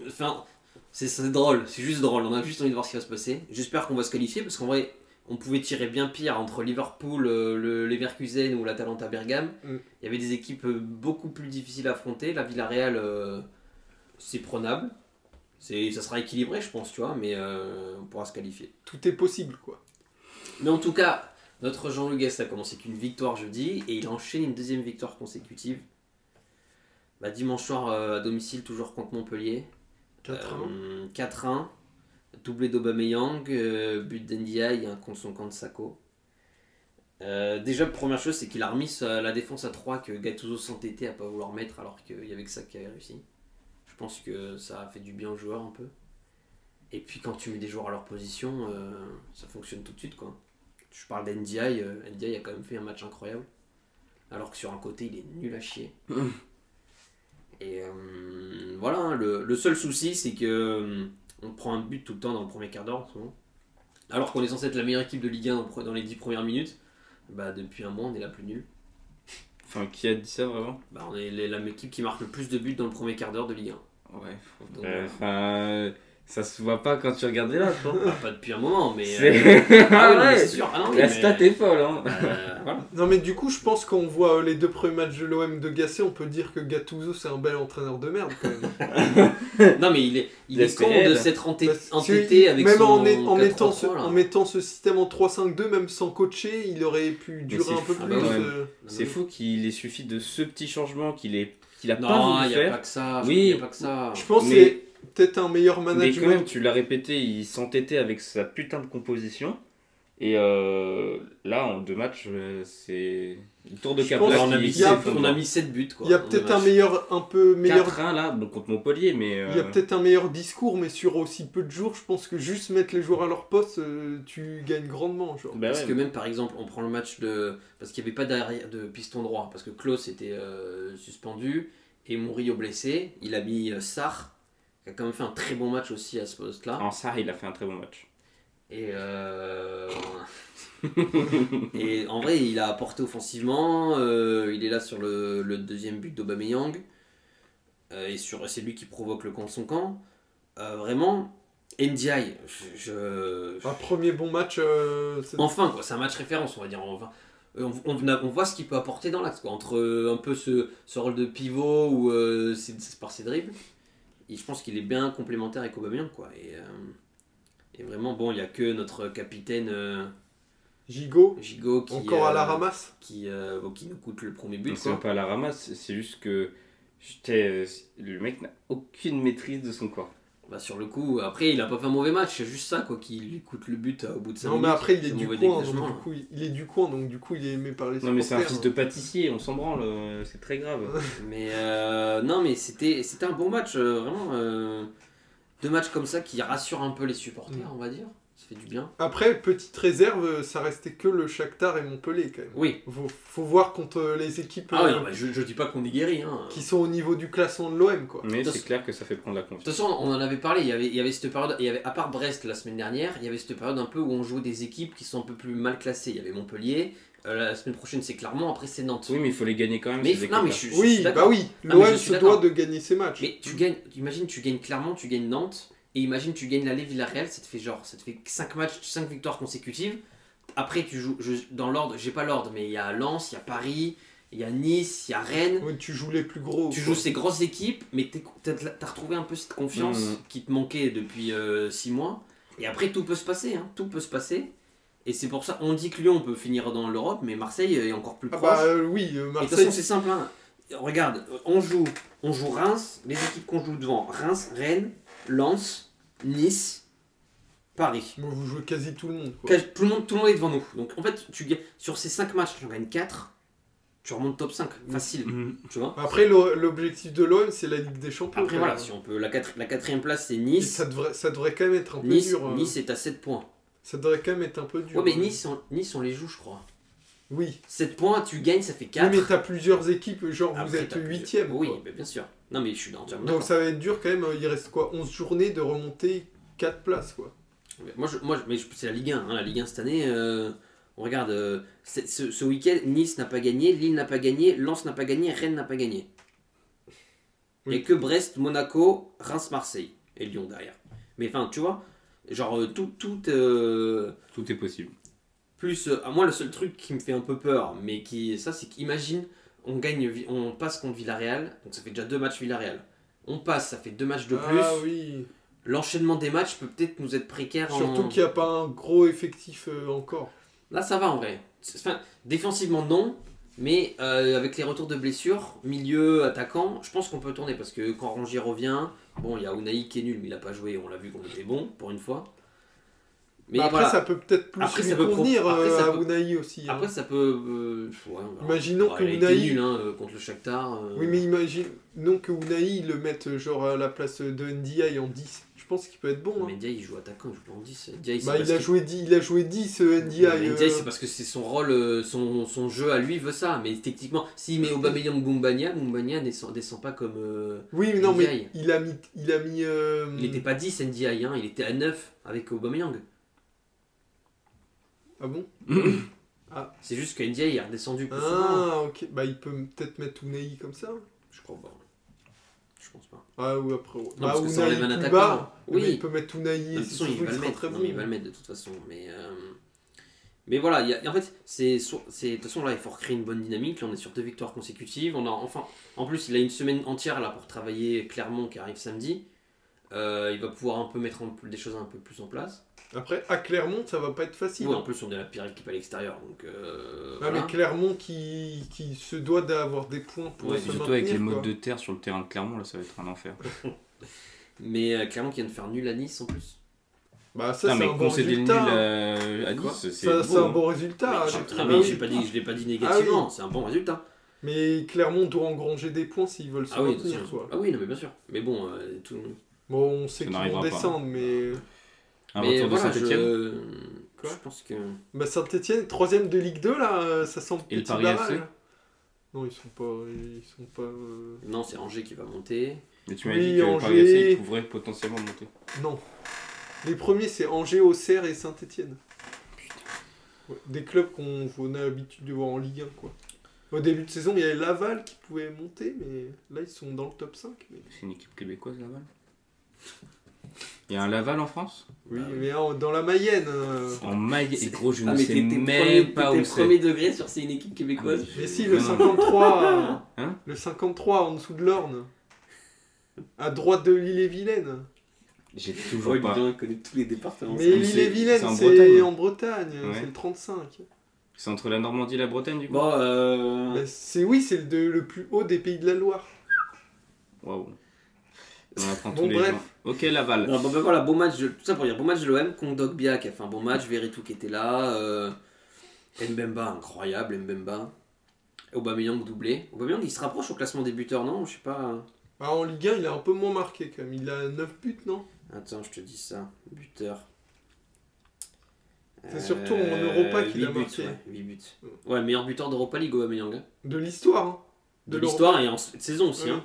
Speaker 1: Enfin, c'est- c'est drôle, c'est juste drôle. On a juste envie de voir ce qui va se passer. J'espère qu'on va se qualifier parce qu'en vrai, on pouvait tirer bien pire entre Liverpool, euh, le Leverkusen ou l'Atalanta Bergame.
Speaker 2: Mm.
Speaker 1: Il y avait des équipes euh, beaucoup plus difficiles à affronter. La Villarreal, euh, c'est prenable. C'est, ça sera équilibré, je pense, tu vois, mais euh, on pourra se qualifier.
Speaker 2: Tout est possible, quoi.
Speaker 1: Mais en tout cas, notre Jean-Luc Guest a commencé qu'une victoire jeudi et il enchaîne une deuxième victoire consécutive. Bah, dimanche soir euh, à domicile, toujours contre Montpellier.
Speaker 2: 4-1.
Speaker 1: Euh, 4-1. Doublé d'Obameyang, euh, but d'Ndiaye et un contre son camp de Sako. Euh, déjà, première chose, c'est qu'il a remis sa- la défense à 3 que Gattuso s'entêtait à pas vouloir mettre alors qu'il y avait que ça qui avait réussi. Je pense que ça a fait du bien aux joueurs un peu. Et puis quand tu mets des joueurs à leur position, euh, ça fonctionne tout de suite quoi. Je parle d'Ndiaye, euh, Ndiaye a quand même fait un match incroyable. Alors que sur un côté, il est nul à chier. Et euh, voilà, hein, le, le seul souci, c'est que euh, on prend un but tout le temps dans le premier quart d'heure en ce moment. Alors qu'on est censé être la meilleure équipe de Ligue 1 dans, le pre- dans les 10 premières minutes, bah depuis un mois, on est la plus nulle.
Speaker 4: Enfin, qui a dit ça vraiment
Speaker 1: Bah, on est les- la équipe qui marque le plus de buts dans le premier quart d'heure de Ligue 1.
Speaker 4: Ouais.
Speaker 1: Donc,
Speaker 4: Euh, Enfin, euh, ça se voit pas quand tu regardes les là, toi.
Speaker 1: bah, pas depuis un moment, mais. euh,
Speaker 4: C'est-
Speaker 1: ah
Speaker 4: Ah
Speaker 1: oui, non, mais
Speaker 4: ouais
Speaker 1: c'est sûr. Ah non, oui,
Speaker 4: La
Speaker 1: mais-
Speaker 4: stat est folle, hein.
Speaker 1: Euh, voilà.
Speaker 2: Non, mais du coup, je pense qu'on voit euh, les deux premiers matchs de l'OM de Gassé, on peut dire que Gattuso, c'est un bel entraîneur de merde, quand même.
Speaker 1: Non, mais il est, il
Speaker 4: La
Speaker 1: est con
Speaker 4: CL.
Speaker 1: de s'être enté-
Speaker 2: Parce que
Speaker 1: entêté avec
Speaker 2: même
Speaker 1: son
Speaker 2: en, est-
Speaker 1: 4-3-3,
Speaker 2: en mettant ce,
Speaker 1: là.
Speaker 2: en mettant ce système en 3-5-2, même sans coacher, il aurait pu durer
Speaker 4: c'est
Speaker 2: un peu
Speaker 1: fou, ah bah
Speaker 2: plus.
Speaker 1: quand même.
Speaker 2: euh,
Speaker 4: C'est fou qu'il ait suffi de ce petit changement qu'il ait... qu'il a pas
Speaker 1: Non, il
Speaker 4: voulu
Speaker 1: n'y a
Speaker 4: faire.
Speaker 1: pas que ça.
Speaker 4: Oui.
Speaker 1: Il a pas que ça.
Speaker 2: Je pense que
Speaker 4: Mais-
Speaker 2: c'est peut-être un meilleur
Speaker 4: Mais quand
Speaker 2: management.
Speaker 4: même, tu l'as répété, il s'entêtait avec sa putain de composition. Et euh, là, en deux matchs, euh, c'est le tour de
Speaker 2: Je
Speaker 4: cap
Speaker 2: pense
Speaker 4: là
Speaker 1: on, a
Speaker 4: qui-
Speaker 1: mis
Speaker 2: il
Speaker 4: qui
Speaker 2: y a-
Speaker 4: fait
Speaker 1: 7, on a mis sept buts. Quoi,
Speaker 2: Il y a
Speaker 1: dans le
Speaker 2: peut-être
Speaker 1: match.
Speaker 2: un meilleur, un peu meilleur
Speaker 1: euh,
Speaker 4: 4-1 là, donc contre Montpellier, mais euh,
Speaker 2: Il y a peut-être un meilleur discours, mais sur aussi peu de jours, je pense que juste mettre les joueurs à leur poste, euh, tu gagnes grandement. Genre.
Speaker 4: bah
Speaker 1: Parce
Speaker 4: ouais.
Speaker 1: que même par exemple, on prend le match de. Parce qu'il n'y avait pas derrière de piston droit. Parce que Klaus était euh, suspendu et Murillo blessé. Il a mis euh, Sarr, qui a quand même fait un très bon match aussi à ce poste-là.
Speaker 4: en ça, il a fait un très bon match.
Speaker 1: Et, euh, et en vrai, il a apporté offensivement. euh, il est là sur le, le deuxième but d'Obameyang. Euh, et sur, c'est lui qui provoque le camp de son camp. Euh, vraiment, Ndiaye, je- je,
Speaker 2: Un premier bon match, euh, c'est-
Speaker 1: Enfin, quoi, c'est un match référence, on va dire. Enfin, euh, on, on a- on voit ce qu'il peut apporter dans l'axe, quoi. Entre euh, un peu ce, ce rôle de pivot ou euh, ses- ses- par ses dribbles. Et je pense qu'il est bien complémentaire avec Aubameyang, quoi. Et, euh, et vraiment, bon, il n'y a que notre capitaine euh,
Speaker 2: Gigot,
Speaker 1: Gigot qui,
Speaker 2: encore à la
Speaker 1: euh,
Speaker 2: ramasse.
Speaker 1: qui, euh, bon, qui nous coûte le premier
Speaker 4: Donc,
Speaker 1: but,
Speaker 4: C'est
Speaker 1: quoi.
Speaker 4: un peu à la ramasse, c'est juste que j'étais, euh, le mec n'a aucune maîtrise de son corps.
Speaker 1: Bah, sur le coup, après, il n'a pas fait un mauvais match, c'est juste ça, quoi, qui lui coûte le but euh, au bout de 5
Speaker 2: Non,
Speaker 1: minutes.
Speaker 2: mais après, il est
Speaker 1: c'est
Speaker 2: du
Speaker 1: mauvais
Speaker 2: coin,
Speaker 1: dégagement,
Speaker 2: donc du
Speaker 1: hein.
Speaker 2: coup, il il est du coin, donc du coup, il est aimé par les
Speaker 4: Non, mais c'est un
Speaker 2: supporters.
Speaker 4: fils de pâtissier, on s'en branle, euh, c'est très grave.
Speaker 1: Mais euh, non, mais c'était c'était un bon match, euh, vraiment. euh, deux matchs comme ça qui rassurent un peu les supporters,
Speaker 2: Mm.
Speaker 1: on va dire. Ça fait du bien.
Speaker 2: Après, petite réserve, euh, ça restait que le Shakhtar et Montpellier, quand même.
Speaker 1: Oui.
Speaker 2: Faut, faut voir contre les équipes
Speaker 1: Ah ouais,
Speaker 2: euh,
Speaker 1: non, bah, je, je dis pas qu'on est guéri. Hein.
Speaker 2: qui sont au niveau du classement de l'OM, quoi.
Speaker 4: Mais
Speaker 1: Parce-
Speaker 4: c'est clair que ça fait prendre la confiance.
Speaker 1: De toute façon, on en avait parlé. Il y avait, il y avait cette période, il y avait, à part Brest la semaine dernière, il y avait cette période un peu où on jouait des équipes qui sont un peu plus mal classées. Il y avait Montpellier. euh, la semaine prochaine, c'est Clermont. Après, c'est Nantes.
Speaker 4: Oui, mais il faut les gagner quand même.
Speaker 1: mais,
Speaker 4: ces
Speaker 1: non, mais
Speaker 4: équipes-là.
Speaker 1: je, je suis
Speaker 2: Oui,
Speaker 1: d'accord.
Speaker 2: bah oui,
Speaker 1: Non, mais je
Speaker 2: l'OM
Speaker 1: suis
Speaker 2: se
Speaker 1: d'accord.
Speaker 2: doit de gagner ses matchs.
Speaker 1: Mais tu gagnes, imagine, tu gagnes Clermont, tu gagnes Nantes, et imagine, tu gagnes l'Allée Villarreal, ça te fait genre, ça te fait 5 matchs, 5 victoires consécutives. Après, tu joues, je- dans l'ordre, j'ai pas l'ordre, mais il y a Lens, il y a Paris, il y a Nice, il y a Rennes.
Speaker 2: Oui, tu joues les plus gros.
Speaker 1: Tu
Speaker 2: quoi. Ah
Speaker 1: joues ces grosses équipes, mais t'es- t'as t'as retrouvé un peu cette confiance
Speaker 2: Mmh.
Speaker 4: Mhm.
Speaker 1: qui te manquait depuis 6 mois. Et après, tout peut se passer, hein, tout peut se passer. Et c'est pour ça, on dit que Lyon peut finir dans l'Europe, mais Marseille est encore plus
Speaker 2: Ah
Speaker 1: proche.
Speaker 2: bah euh, oui,
Speaker 1: Et De
Speaker 2: euh,
Speaker 1: toute
Speaker 2: Marseille,
Speaker 1: façon, c'est simple. hein. Regarde, euh, on joue, on joue Reims, les équipes qu'on joue devant Reims, Rennes, Lens, Nice, Paris.
Speaker 2: Bon, vous jouez quasi tout le monde. Quoi.
Speaker 1: Quasi- Tout le, monde, tout le monde est devant nous. Donc en fait, tu, gagnes- sur ces 5 matchs, tu en gagnes 4, tu remontes top 5,
Speaker 2: Mm.
Speaker 1: facile.
Speaker 4: Mhm.
Speaker 1: Tu vois
Speaker 2: Après, l'o- l'objectif de l'OM, c'est la Ligue des Champions.
Speaker 1: Après,
Speaker 2: quand
Speaker 1: voilà,
Speaker 2: même.
Speaker 1: si on peut. La, quatri- la quatrième place, c'est
Speaker 2: Et
Speaker 1: Nice.
Speaker 2: ça, devrait, ça devrait quand même être un peu
Speaker 1: Nice,
Speaker 2: dur. euh,
Speaker 1: Nice est à 7 points.
Speaker 2: Ça devrait quand même être un peu dur.
Speaker 1: Ouais, mais
Speaker 2: euh.
Speaker 1: Nice on, nice, on les joue, je crois.
Speaker 2: Oui.
Speaker 1: 7 points, tu gagnes, ça fait
Speaker 2: Oui,
Speaker 1: 4.
Speaker 2: mais t'as plusieurs équipes, genre vous êtes 8
Speaker 1: 8ème.
Speaker 2: e
Speaker 1: Oui, mais bien sûr. Non, mais je suis dans
Speaker 2: Donc ça va être dur quand même. euh, Il reste quoi 11 journées de remonter 4 places, quoi.
Speaker 1: Mais Moi, je, moi je- mais je- c'est la Ligue 1. hein. La Ligue 1 cette année, euh, On regarde, euh, c'est- ce, ce week-end, Nice n'a pas gagné, Lille n'a pas gagné, Lens n'a pas gagné, Rennes n'a pas gagné. Il n'y
Speaker 2: Oui.
Speaker 1: a que Brest, Monaco, Reims, Marseille et Lyon derrière. Mais enfin, tu vois, genre euh, tout, tout, euh,
Speaker 4: Tout est possible.
Speaker 1: plus, euh, à moi le seul truc qui me fait un peu peur, mais qui, ça, c'est qu'imagine, on gagne, Vi- on passe contre Villarreal, donc ça fait déjà deux matchs Villarreal. On passe, ça fait deux matchs de plus.
Speaker 2: Ah oui.
Speaker 1: L'enchaînement des matchs peut peut-être nous être précaire.
Speaker 2: Surtout
Speaker 1: en...
Speaker 2: qu'il n'y a pas un gros effectif euh, encore.
Speaker 1: Là, ça va en vrai. C'est- Enfin, défensivement, non. Mais euh, avec les retours de blessures, milieu, attaquant, je pense qu'on peut tourner. Parce que quand Rongier revient, bon, il y a Unai qui est nul, mais il a pas joué. On l'a vu qu'on était bon, pour une fois. Mais
Speaker 2: Bah, après,
Speaker 1: voilà.
Speaker 2: ça peut peut-être plus
Speaker 1: Après,
Speaker 2: lui
Speaker 1: ça peut pro-
Speaker 2: convenir
Speaker 1: après,
Speaker 2: euh,
Speaker 1: ça
Speaker 2: à
Speaker 1: peut-
Speaker 2: Unai aussi. hein.
Speaker 1: Après, ça peut. euh, ouais, on verra.
Speaker 2: Imaginons
Speaker 1: Ouais,
Speaker 2: que
Speaker 1: il a été
Speaker 2: Unai-
Speaker 1: nul hein, euh, contre le Shakhtar. euh,
Speaker 2: Oui, mais imaginons que Unai ils le mette euh, genre à la place de Ndiaye en 10. Je pense qu'il peut être bon. hein.
Speaker 1: mais Ndiaye, il joue attaquant, il joue pas en 10. Ndiaye, c'est
Speaker 2: Bah,
Speaker 1: parce
Speaker 2: il, a
Speaker 1: que-
Speaker 2: joué 10 il a joué 10 euh, Ndiaye.
Speaker 1: Mais
Speaker 2: euh,
Speaker 1: Ndiaye, c'est parce que c'est son rôle, euh, son, son jeu à lui veut ça. Mais techniquement, s'il met Aubameyang Moumbania, Moumbania descend, descend pas comme. euh,
Speaker 2: Oui, mais non, mais
Speaker 1: Ndiaye.
Speaker 2: il a mis. Il a mis euh,
Speaker 1: Il n'était pas 10 NDI, hein, il était à 9 avec Aubameyang.
Speaker 2: Ah bon
Speaker 1: C'est juste que NDI est redescendu plus souvent.
Speaker 2: Ah, ok. Bah, il peut peut-être mettre Unai comme ça. hein.
Speaker 1: Je crois pas. Je pense pas.
Speaker 2: Ah, ou après. ouais.
Speaker 1: Non,
Speaker 2: bah,
Speaker 1: parce que ça
Speaker 2: Unai
Speaker 1: enlève un
Speaker 2: plus
Speaker 1: attaquant.
Speaker 2: bas.
Speaker 1: Oui.
Speaker 2: Mais il peut mettre Unai
Speaker 1: De
Speaker 2: et
Speaker 1: toute façon,
Speaker 2: surtout,
Speaker 1: il va
Speaker 2: il
Speaker 1: le
Speaker 2: sera
Speaker 1: mettre.
Speaker 2: très
Speaker 1: Non,
Speaker 2: bon.
Speaker 1: mais il va le mettre de toute façon. Mais, euh, mais voilà, il y a- en fait, c'est so- c'est- de toute façon, là, il faut recréer une bonne dynamique. Là, on est sur deux victoires consécutives. On a, enfin, en plus, il a une semaine entière là pour travailler Clermont qui arrive samedi. Euh, il va pouvoir un peu mettre en- des choses un peu plus en place.
Speaker 2: Après, à Clermont, ça va pas être facile. hein.
Speaker 1: Oui, en plus, on est la pire équipe à l'extérieur. Donc, euh,
Speaker 2: Ah,
Speaker 1: voilà.
Speaker 2: mais Clermont qui, qui se doit d'avoir des points pour
Speaker 1: Ouais,
Speaker 2: se
Speaker 4: surtout
Speaker 2: maintenir.
Speaker 4: avec les
Speaker 2: quoi.
Speaker 4: modes de terre sur le terrain de Clermont, là, ça va être un enfer.
Speaker 1: mais euh, Clermont qui vient de faire nul à Nice en plus.
Speaker 2: Bah, ça,
Speaker 4: Putain,
Speaker 2: c'est
Speaker 4: mais
Speaker 2: un bon
Speaker 4: concéder le nul
Speaker 2: résultat.
Speaker 4: à, à
Speaker 1: Quoi
Speaker 4: Nice, c'est
Speaker 2: Ça, c'est
Speaker 4: beau,
Speaker 2: un
Speaker 4: hein.
Speaker 2: bon résultat.
Speaker 1: Mais
Speaker 2: hein.
Speaker 1: j'ai-
Speaker 2: Ah
Speaker 1: ah, mais
Speaker 2: oui.
Speaker 1: j'ai pas dit, je l'ai pas dit négativement, c'est un bon résultat.
Speaker 2: Mais Clermont doit engranger des points s'ils veulent se
Speaker 1: Ah oui,
Speaker 2: maintenir,
Speaker 1: bien sûr.
Speaker 2: quoi.
Speaker 1: ah oui, non mais bien sûr. Mais bon, euh, tout.
Speaker 2: Bon, on
Speaker 4: Ça
Speaker 2: sait qu'ils vont
Speaker 4: n'arrivera pas. hein.
Speaker 2: descendre, mais...
Speaker 4: Un
Speaker 1: mais
Speaker 4: Ah, retour de
Speaker 1: voilà,
Speaker 4: Saint-Etienne.
Speaker 1: je...
Speaker 2: Quoi
Speaker 1: je pense que.
Speaker 2: Bah Saint-Etienne, troisième de Ligue 2, là, euh, ça semble
Speaker 4: Et le
Speaker 2: petit
Speaker 4: Paris
Speaker 2: barrage.
Speaker 4: FC
Speaker 2: Non, ils sont pas... Ils sont pas... euh,
Speaker 1: Non, c'est Angers qui va monter.
Speaker 4: Et tu m'as
Speaker 2: Oui,
Speaker 4: dit que le Paris
Speaker 2: Angers.
Speaker 4: FC il pourrait potentiellement monter.
Speaker 2: Non. Les premiers, c'est Angers, Auxerre et Saint-Etienne. Ouais, des clubs qu'on qu'on a l'habitude de voir en Ligue 1, quoi. Au début de saison, il y avait Laval qui pouvait monter, mais là, ils sont dans le top 5. mais-
Speaker 4: C'est une équipe québécoise, Laval Il y a un Laval en France
Speaker 2: Ah Oui,
Speaker 1: Bah oui.
Speaker 2: mais en- dans la Mayenne... euh,
Speaker 4: En maille.
Speaker 1: C'est-
Speaker 4: Et gros, je
Speaker 1: Ah,
Speaker 4: ne
Speaker 1: mais
Speaker 4: sais
Speaker 1: t'es- t'es
Speaker 4: même
Speaker 1: premier-
Speaker 4: pas
Speaker 1: t'es
Speaker 4: où c'est.
Speaker 1: premier degré sur c'est une équipe québécoise.
Speaker 4: Ah,
Speaker 2: Mais si, le
Speaker 4: Non,
Speaker 2: 53, euh,
Speaker 4: Hein
Speaker 2: le 53 en dessous de l'Orne, à droite de l'île et Vilaine.
Speaker 4: J'ai
Speaker 1: Je
Speaker 4: toujours
Speaker 1: vois
Speaker 4: pas.
Speaker 1: bien il Oh, connaît tous les départements.
Speaker 2: Mais
Speaker 4: c'est-
Speaker 2: l'île
Speaker 4: c'est-
Speaker 2: et Vilaine,
Speaker 4: c'est en
Speaker 2: c'est
Speaker 4: Bretagne.
Speaker 2: en Bretagne,
Speaker 4: Ouais.
Speaker 2: c'est le 35.
Speaker 4: C'est entre la Normandie et la Bretagne, du coup
Speaker 1: Bon, euh...
Speaker 2: Bah, c'est oui, c'est le, de- le plus haut des pays de la Loire.
Speaker 4: Waouh. On apprend
Speaker 2: Bon,
Speaker 4: tous les
Speaker 2: bref.
Speaker 4: jours. Ok, Laval.
Speaker 1: non, bon, ben voilà, bon match. De... Tout ça pour dire bon match de l'OM. Kondogbia qui a fait un bon match. Veretout qui était là. euh, Mbemba, incroyable Mbemba. Aubameyang doublé. Aubameyang il se rapproche au classement des buteurs, non Je sais pas.
Speaker 2: Ah, en Ligue 1, il a un peu moins marqué quand même. Il a 9 buts, non
Speaker 1: Attends, je te dis ça. Buteur. Euh,
Speaker 2: C'est surtout en Europa qu'il
Speaker 1: huit
Speaker 2: a
Speaker 1: buts,
Speaker 2: marqué.
Speaker 1: Ouais, huit buts. Ouais, meilleur buteur d'Europa League, Aubameyang. hein.
Speaker 2: De l'histoire. hein.
Speaker 1: De,
Speaker 2: l'Europe.
Speaker 1: l'histoire et en s- de saison aussi.
Speaker 2: Ouais.
Speaker 1: hein.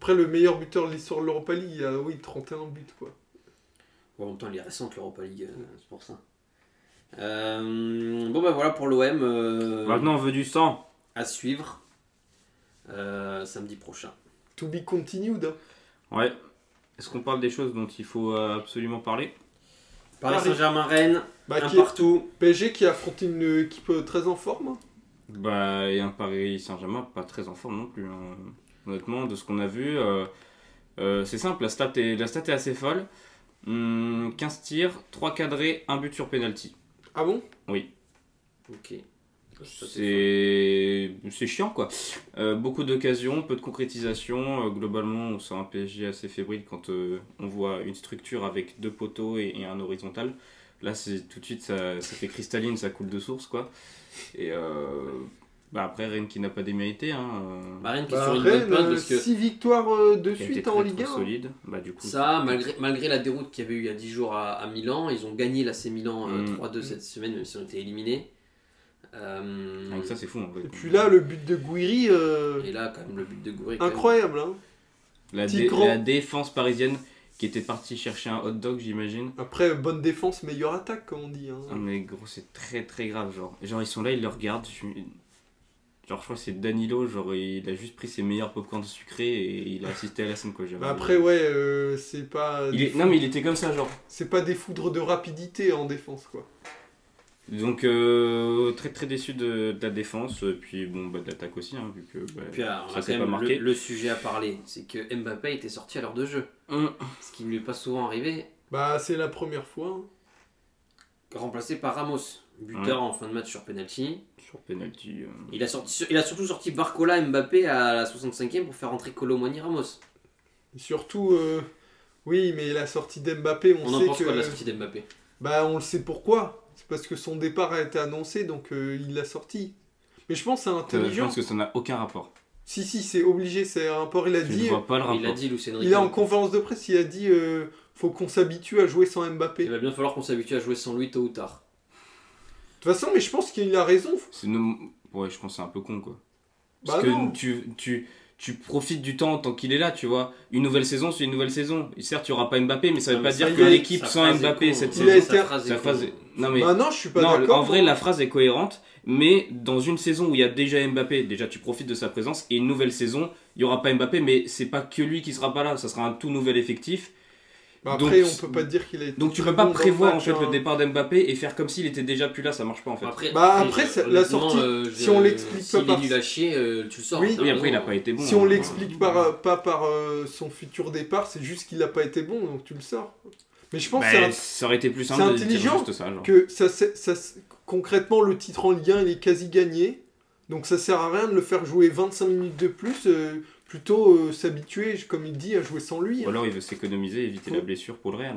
Speaker 2: Après, le meilleur buteur de l'histoire de l'Europa League, il a oui, 31 buts, quoi.
Speaker 1: Ouais, en même temps, il est récente, l'Europa League, euh, c'est pour ça. Euh, bon, bah voilà pour l'OM. euh,
Speaker 4: Maintenant, on veut du sang.
Speaker 1: à suivre euh, samedi prochain.
Speaker 2: To be continued. hein.
Speaker 4: Ouais. Est-ce qu'on parle des choses dont il faut euh, absolument parler
Speaker 1: Paris
Speaker 2: Paris.
Speaker 1: Saint-Germain-Rennes,
Speaker 2: Bah,
Speaker 1: un
Speaker 2: qui-
Speaker 1: partout.
Speaker 2: PSG qui a affronté une équipe euh, très en forme. hein.
Speaker 4: Bah, et un Paris Saint-Germain pas très en forme non plus. hein. Honnêtement, de ce qu'on a vu, euh, euh, c'est simple, la stat est, la stat est assez folle. Hum, 15 tirs, 3 cadrés, 1 but sur penalty.
Speaker 2: Ah bon
Speaker 1: Ok. Ça,
Speaker 4: C'est c'est chiant quoi. Euh, beaucoup d'occasions, peu de concrétisation. Euh, globalement, on sent un PSG assez fébrile quand euh, on voit une structure avec deux poteaux et, et un horizontal. Là, c'est tout de suite, ça, ça fait cristalline, ça coule de source quoi. Et euh, bah après, Rennes qui n'a pas démérité. Hein, euh,
Speaker 1: Bah, Rennes qui est
Speaker 2: Bah,
Speaker 1: sur une bonne
Speaker 2: Rennes,
Speaker 1: place
Speaker 2: euh,
Speaker 1: parce que
Speaker 2: six victoires euh, de
Speaker 4: qui a été
Speaker 2: suite
Speaker 4: très,
Speaker 2: en
Speaker 4: très
Speaker 2: Ligue 1.
Speaker 4: solide. Bah, du coup,
Speaker 1: Ça, malgré, malgré la déroute qu'il y avait eu il y a 10 jours à, à Milan, ils ont gagné l'AC Milan euh,
Speaker 4: Mm.
Speaker 1: 3-2 cette semaine, même si on était éliminés. Euh,
Speaker 4: donc ah, ça c'est fou en vrai.
Speaker 2: Et puis là, le but de Guiri, euh,
Speaker 1: et là, quand même, le but de Goury. quand même.
Speaker 2: incroyable. Hein.
Speaker 4: la,
Speaker 2: petit
Speaker 4: dé-
Speaker 2: grand-
Speaker 4: la défense parisienne qui était parti chercher un hot dog, j'imagine.
Speaker 2: Après, bonne défense, meilleure attaque, comme on dit. hein.
Speaker 4: Ah, mais gros, c'est très très grave. Genre, genre ils sont là, ils le regardent. je suis- Genre, je crois que c'est Danilo. Genre, il a juste pris ses meilleurs popcorn sucrés et il a assisté à la scène, quoi. j'ai
Speaker 2: Bah
Speaker 4: envie de
Speaker 2: après,
Speaker 4: dire.
Speaker 2: ouais, euh, c'est pas,
Speaker 4: Il est- Non, mais il était comme ça, genre.
Speaker 2: c'est pas des foudres de rapidité en défense, quoi.
Speaker 4: Donc, euh, très très déçu de, de la défense. Et puis, bon, bah, de l'attaque aussi, hein, vu que. bah,
Speaker 1: Puis alors, on
Speaker 4: Ça,
Speaker 1: a
Speaker 4: c'est
Speaker 1: quand même
Speaker 4: pas
Speaker 1: le,
Speaker 4: marqué.
Speaker 1: le sujet à parler, c'est que Mbappé était sorti à l'heure de jeu,
Speaker 4: hum,
Speaker 1: ce qui ne lui est pas souvent arrivé,
Speaker 2: Bah, c'est la première fois hein,
Speaker 1: remplacé par Ramos, buteur en fin de match sur penalty.
Speaker 4: sur penalty. euh,
Speaker 1: Il a, sorti, il a surtout sorti Barcola Mbappé à la 65e pour faire entrer Colomani Ramos.
Speaker 2: Et surtout, euh, oui, mais la sortie d'Mbappé, on,
Speaker 1: On en
Speaker 2: sait
Speaker 1: pense
Speaker 2: que.
Speaker 1: quoi de la sortie d'Mbappé
Speaker 2: Bah, on le sait pourquoi. C'est parce que son départ a été annoncé, donc euh, il l'a sorti. Mais je pense que c'est
Speaker 4: ça- Euh, je
Speaker 2: intelligent.
Speaker 4: pense que ça n'a aucun rapport.
Speaker 2: Si, si, c'est obligé, c'est un rapport. Il a
Speaker 4: Je
Speaker 2: dit. euh,
Speaker 4: ne vois pas le rapport.
Speaker 1: Il a dit Luis Enrique.
Speaker 2: Il est en conférence de presse, il a dit euh, faut qu'on s'habitue à jouer sans Mbappé.
Speaker 1: Il
Speaker 2: De
Speaker 1: va bien falloir qu'on s'habitue à jouer sans lui tôt ou tard.
Speaker 2: toute façon, mais je pense qu'il a raison.
Speaker 4: C'est une- Ouais, je pense que c'est un peu con, quoi.
Speaker 2: Bah
Speaker 4: Parce
Speaker 2: non.
Speaker 4: que tu, tu, tu profites du temps tant qu'il est là, tu vois. Une nouvelle saison, c'est une nouvelle saison. Et certes, il n'y aura pas Mbappé, mais ça ne veut
Speaker 1: Non,
Speaker 4: pas
Speaker 1: mais
Speaker 2: ça
Speaker 4: dire
Speaker 2: y
Speaker 4: que
Speaker 2: est,
Speaker 4: l'équipe
Speaker 1: Sa
Speaker 4: sans
Speaker 1: phrase est
Speaker 4: Mbappé
Speaker 1: con,
Speaker 4: cette
Speaker 1: hein.
Speaker 2: Il a
Speaker 4: saison.
Speaker 2: été-
Speaker 1: Sa phrase est
Speaker 4: Sa
Speaker 1: con.
Speaker 4: phrase est- Non, mais.
Speaker 2: Bah non, je suis pas
Speaker 4: Non,
Speaker 2: d'accord.
Speaker 4: en vrai, la phrase est cohérente, mais dans une saison où il y a déjà Mbappé, déjà tu profites de sa présence, et une nouvelle saison, il n'y aura pas Mbappé, mais c'est pas que lui qui sera pas là, ça sera un tout nouvel effectif.
Speaker 2: Bah
Speaker 4: donc-
Speaker 2: après, on peut pas dire qu'il a été
Speaker 4: Donc tu
Speaker 2: très
Speaker 4: peux pas
Speaker 2: bon dans
Speaker 4: prévoir en
Speaker 2: match,
Speaker 4: fait
Speaker 2: hein.
Speaker 4: le départ d'Mbappé et faire comme s'il était déjà plus là, ça marche pas en fait.
Speaker 1: Après,
Speaker 2: Bah,
Speaker 1: après,
Speaker 2: après,
Speaker 1: je-
Speaker 2: c'est- la
Speaker 1: honnêtement,
Speaker 2: sortie,
Speaker 1: euh,
Speaker 2: si on
Speaker 1: je-
Speaker 2: l'explique
Speaker 1: s'il
Speaker 2: pas par-
Speaker 1: est nul à chier, euh, tu le sors.
Speaker 2: Oui.
Speaker 1: t'as
Speaker 4: Oui, après il a
Speaker 1: raison.
Speaker 4: pas été bon.
Speaker 2: Si on
Speaker 4: hein.
Speaker 2: l'explique par, pas par euh, son futur départ, c'est juste qu'il n'a pas été bon, donc tu le sors. Mais je pense
Speaker 4: Bah,
Speaker 2: que c'est un-
Speaker 4: ça aurait été plus simple
Speaker 2: c'est
Speaker 4: de dire
Speaker 2: intelligent
Speaker 4: juste ça. genre.
Speaker 2: que ça, c'est- ça c'est- concrètement, le titre en Ligue 1, il est quasi gagné. Donc ça sert à rien de le faire jouer 25 minutes de plus, euh, plutôt euh, s'habituer, comme il dit, à jouer sans lui. hein.
Speaker 4: Ou alors il veut s'économiser, éviter la blessure pour le Real.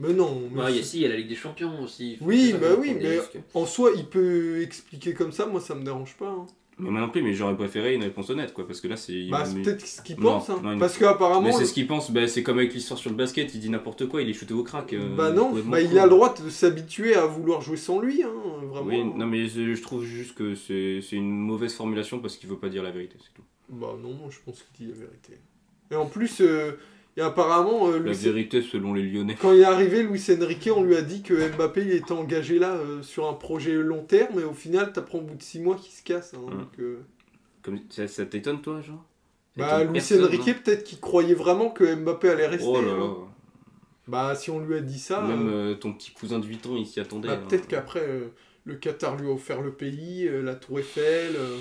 Speaker 2: Mais non, mais
Speaker 1: Bah, il y a, si, il y a la Ligue des Champions aussi. Faut
Speaker 2: Oui,
Speaker 1: que ça,
Speaker 2: bah
Speaker 1: faut
Speaker 2: oui,
Speaker 1: prendre des
Speaker 2: mais-
Speaker 1: risques.
Speaker 2: en soi, il peut expliquer comme ça, moi ça me dérange pas. hein.
Speaker 4: Mais moi non plus, mais j'aurais préféré une réponse honnête quoi, parce que là c'est.
Speaker 2: Bah, c'est
Speaker 4: mais-
Speaker 2: peut-être ce qu'il
Speaker 4: Non,
Speaker 2: pense, hein.
Speaker 4: non, il-
Speaker 2: parce
Speaker 4: mais
Speaker 2: qu'apparemment,
Speaker 4: c'est ce qu'il pense, bah, c'est comme avec l'histoire sur le basket, il dit n'importe quoi, il est shooté au crack. euh,
Speaker 2: bah non,
Speaker 4: complètement
Speaker 2: bah, il
Speaker 4: con.
Speaker 2: a le droit de s'habituer à vouloir jouer sans lui, hein, vraiment.
Speaker 4: Oui, non mais je, je trouve juste que c'est c'est une mauvaise formulation parce qu'il veut pas dire la vérité, c'est tout.
Speaker 2: Bah non, non, je pense qu'il dit la vérité. Et en plus, euh, et apparemment, euh,
Speaker 4: La
Speaker 2: Luis-
Speaker 4: vérité selon les Lyonnais.
Speaker 2: quand il est arrivé, Luis Enrique, on lui a dit que Mbappé il était engagé là euh, sur un projet long terme, et au final, t'apprends au bout de 6 mois qu'il se casse. hein,
Speaker 4: Mm.
Speaker 2: donc, euh,
Speaker 4: Comme, ça ça t'étonne toi, genre Ça
Speaker 2: Bah,
Speaker 4: t'étonne
Speaker 2: Luis
Speaker 4: personne,
Speaker 2: Enrique, peut-être qu'il croyait vraiment que Mbappé allait
Speaker 4: hein
Speaker 2: rester.
Speaker 4: Oh là
Speaker 2: hein.
Speaker 4: là.
Speaker 2: Bah, si on lui a dit ça,
Speaker 4: Même
Speaker 2: euh,
Speaker 4: euh, ton petit cousin de 8 ans, il s'y attendait.
Speaker 2: bah,
Speaker 4: hein.
Speaker 2: peut-être qu'après, euh, le Qatar lui a offert le pays, euh, la Tour Eiffel, euh,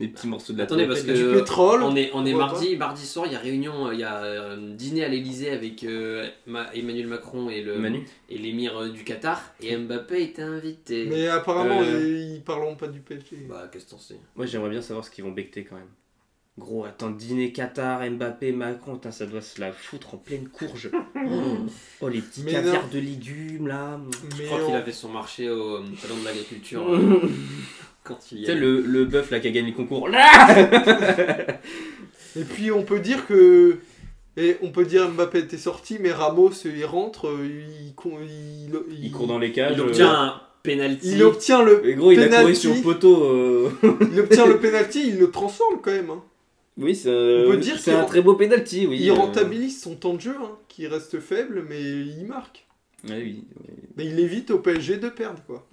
Speaker 4: Les petits morceaux de la
Speaker 1: Attendez,
Speaker 4: tour
Speaker 1: parce
Speaker 4: Eiffel.
Speaker 1: que-
Speaker 2: du
Speaker 1: Euh,
Speaker 2: pétrole.
Speaker 1: On est, on est
Speaker 2: Ouais,
Speaker 1: mardi, mardi soir, il y a réunion, il y a euh, dîner à l'Elysée avec euh, Ma- Emmanuel Macron et le
Speaker 4: Manu
Speaker 1: et l'émir euh, du Qatar et Mbappé était invité.
Speaker 2: Mais apparemment,
Speaker 4: Euh,
Speaker 2: ils ils parleront pas du PSG.
Speaker 1: Bah qu'est-ce que t'en sais
Speaker 4: Moi j'aimerais bien savoir ce qu'ils vont becter quand même. Gros, attends, dîner Qatar, Mbappé, Macron, putain, ça doit se la foutre en pleine courge. oh, les petits
Speaker 2: Mais
Speaker 4: caviars
Speaker 2: non.
Speaker 4: de légumes là.
Speaker 1: Je
Speaker 2: Mais
Speaker 1: crois
Speaker 2: on-
Speaker 1: qu'il avait son marché au euh, salon de l'agriculture euh,
Speaker 4: tu
Speaker 1: quand il y
Speaker 4: sais,
Speaker 1: allait.
Speaker 4: le, le bœuf là qui a gagné le concours.
Speaker 2: Et puis on peut dire que. Et on peut dire Mbappé était sorti, mais Ramos il rentre, euh, il, con- il, il-
Speaker 4: Il court dans les cages.
Speaker 1: Il
Speaker 4: euh,
Speaker 1: obtient un penalty.
Speaker 2: il obtient le
Speaker 4: Mais gros, il a couru
Speaker 2: Penalty.
Speaker 4: sur le poteau. euh.
Speaker 2: il obtient le penalty, il le transforme quand même. hein.
Speaker 4: Oui, c'est
Speaker 2: On
Speaker 4: un,
Speaker 2: peut dire
Speaker 4: c'est
Speaker 2: qu'il
Speaker 4: un
Speaker 2: rend-
Speaker 4: très beau penalty. Oui,
Speaker 2: il
Speaker 4: euh.
Speaker 2: rentabilise son temps de jeu, hein, qui reste faible, mais il marque.
Speaker 4: Euh, Ouais, oui, oui.
Speaker 2: Mais il évite au PSG de perdre quoi.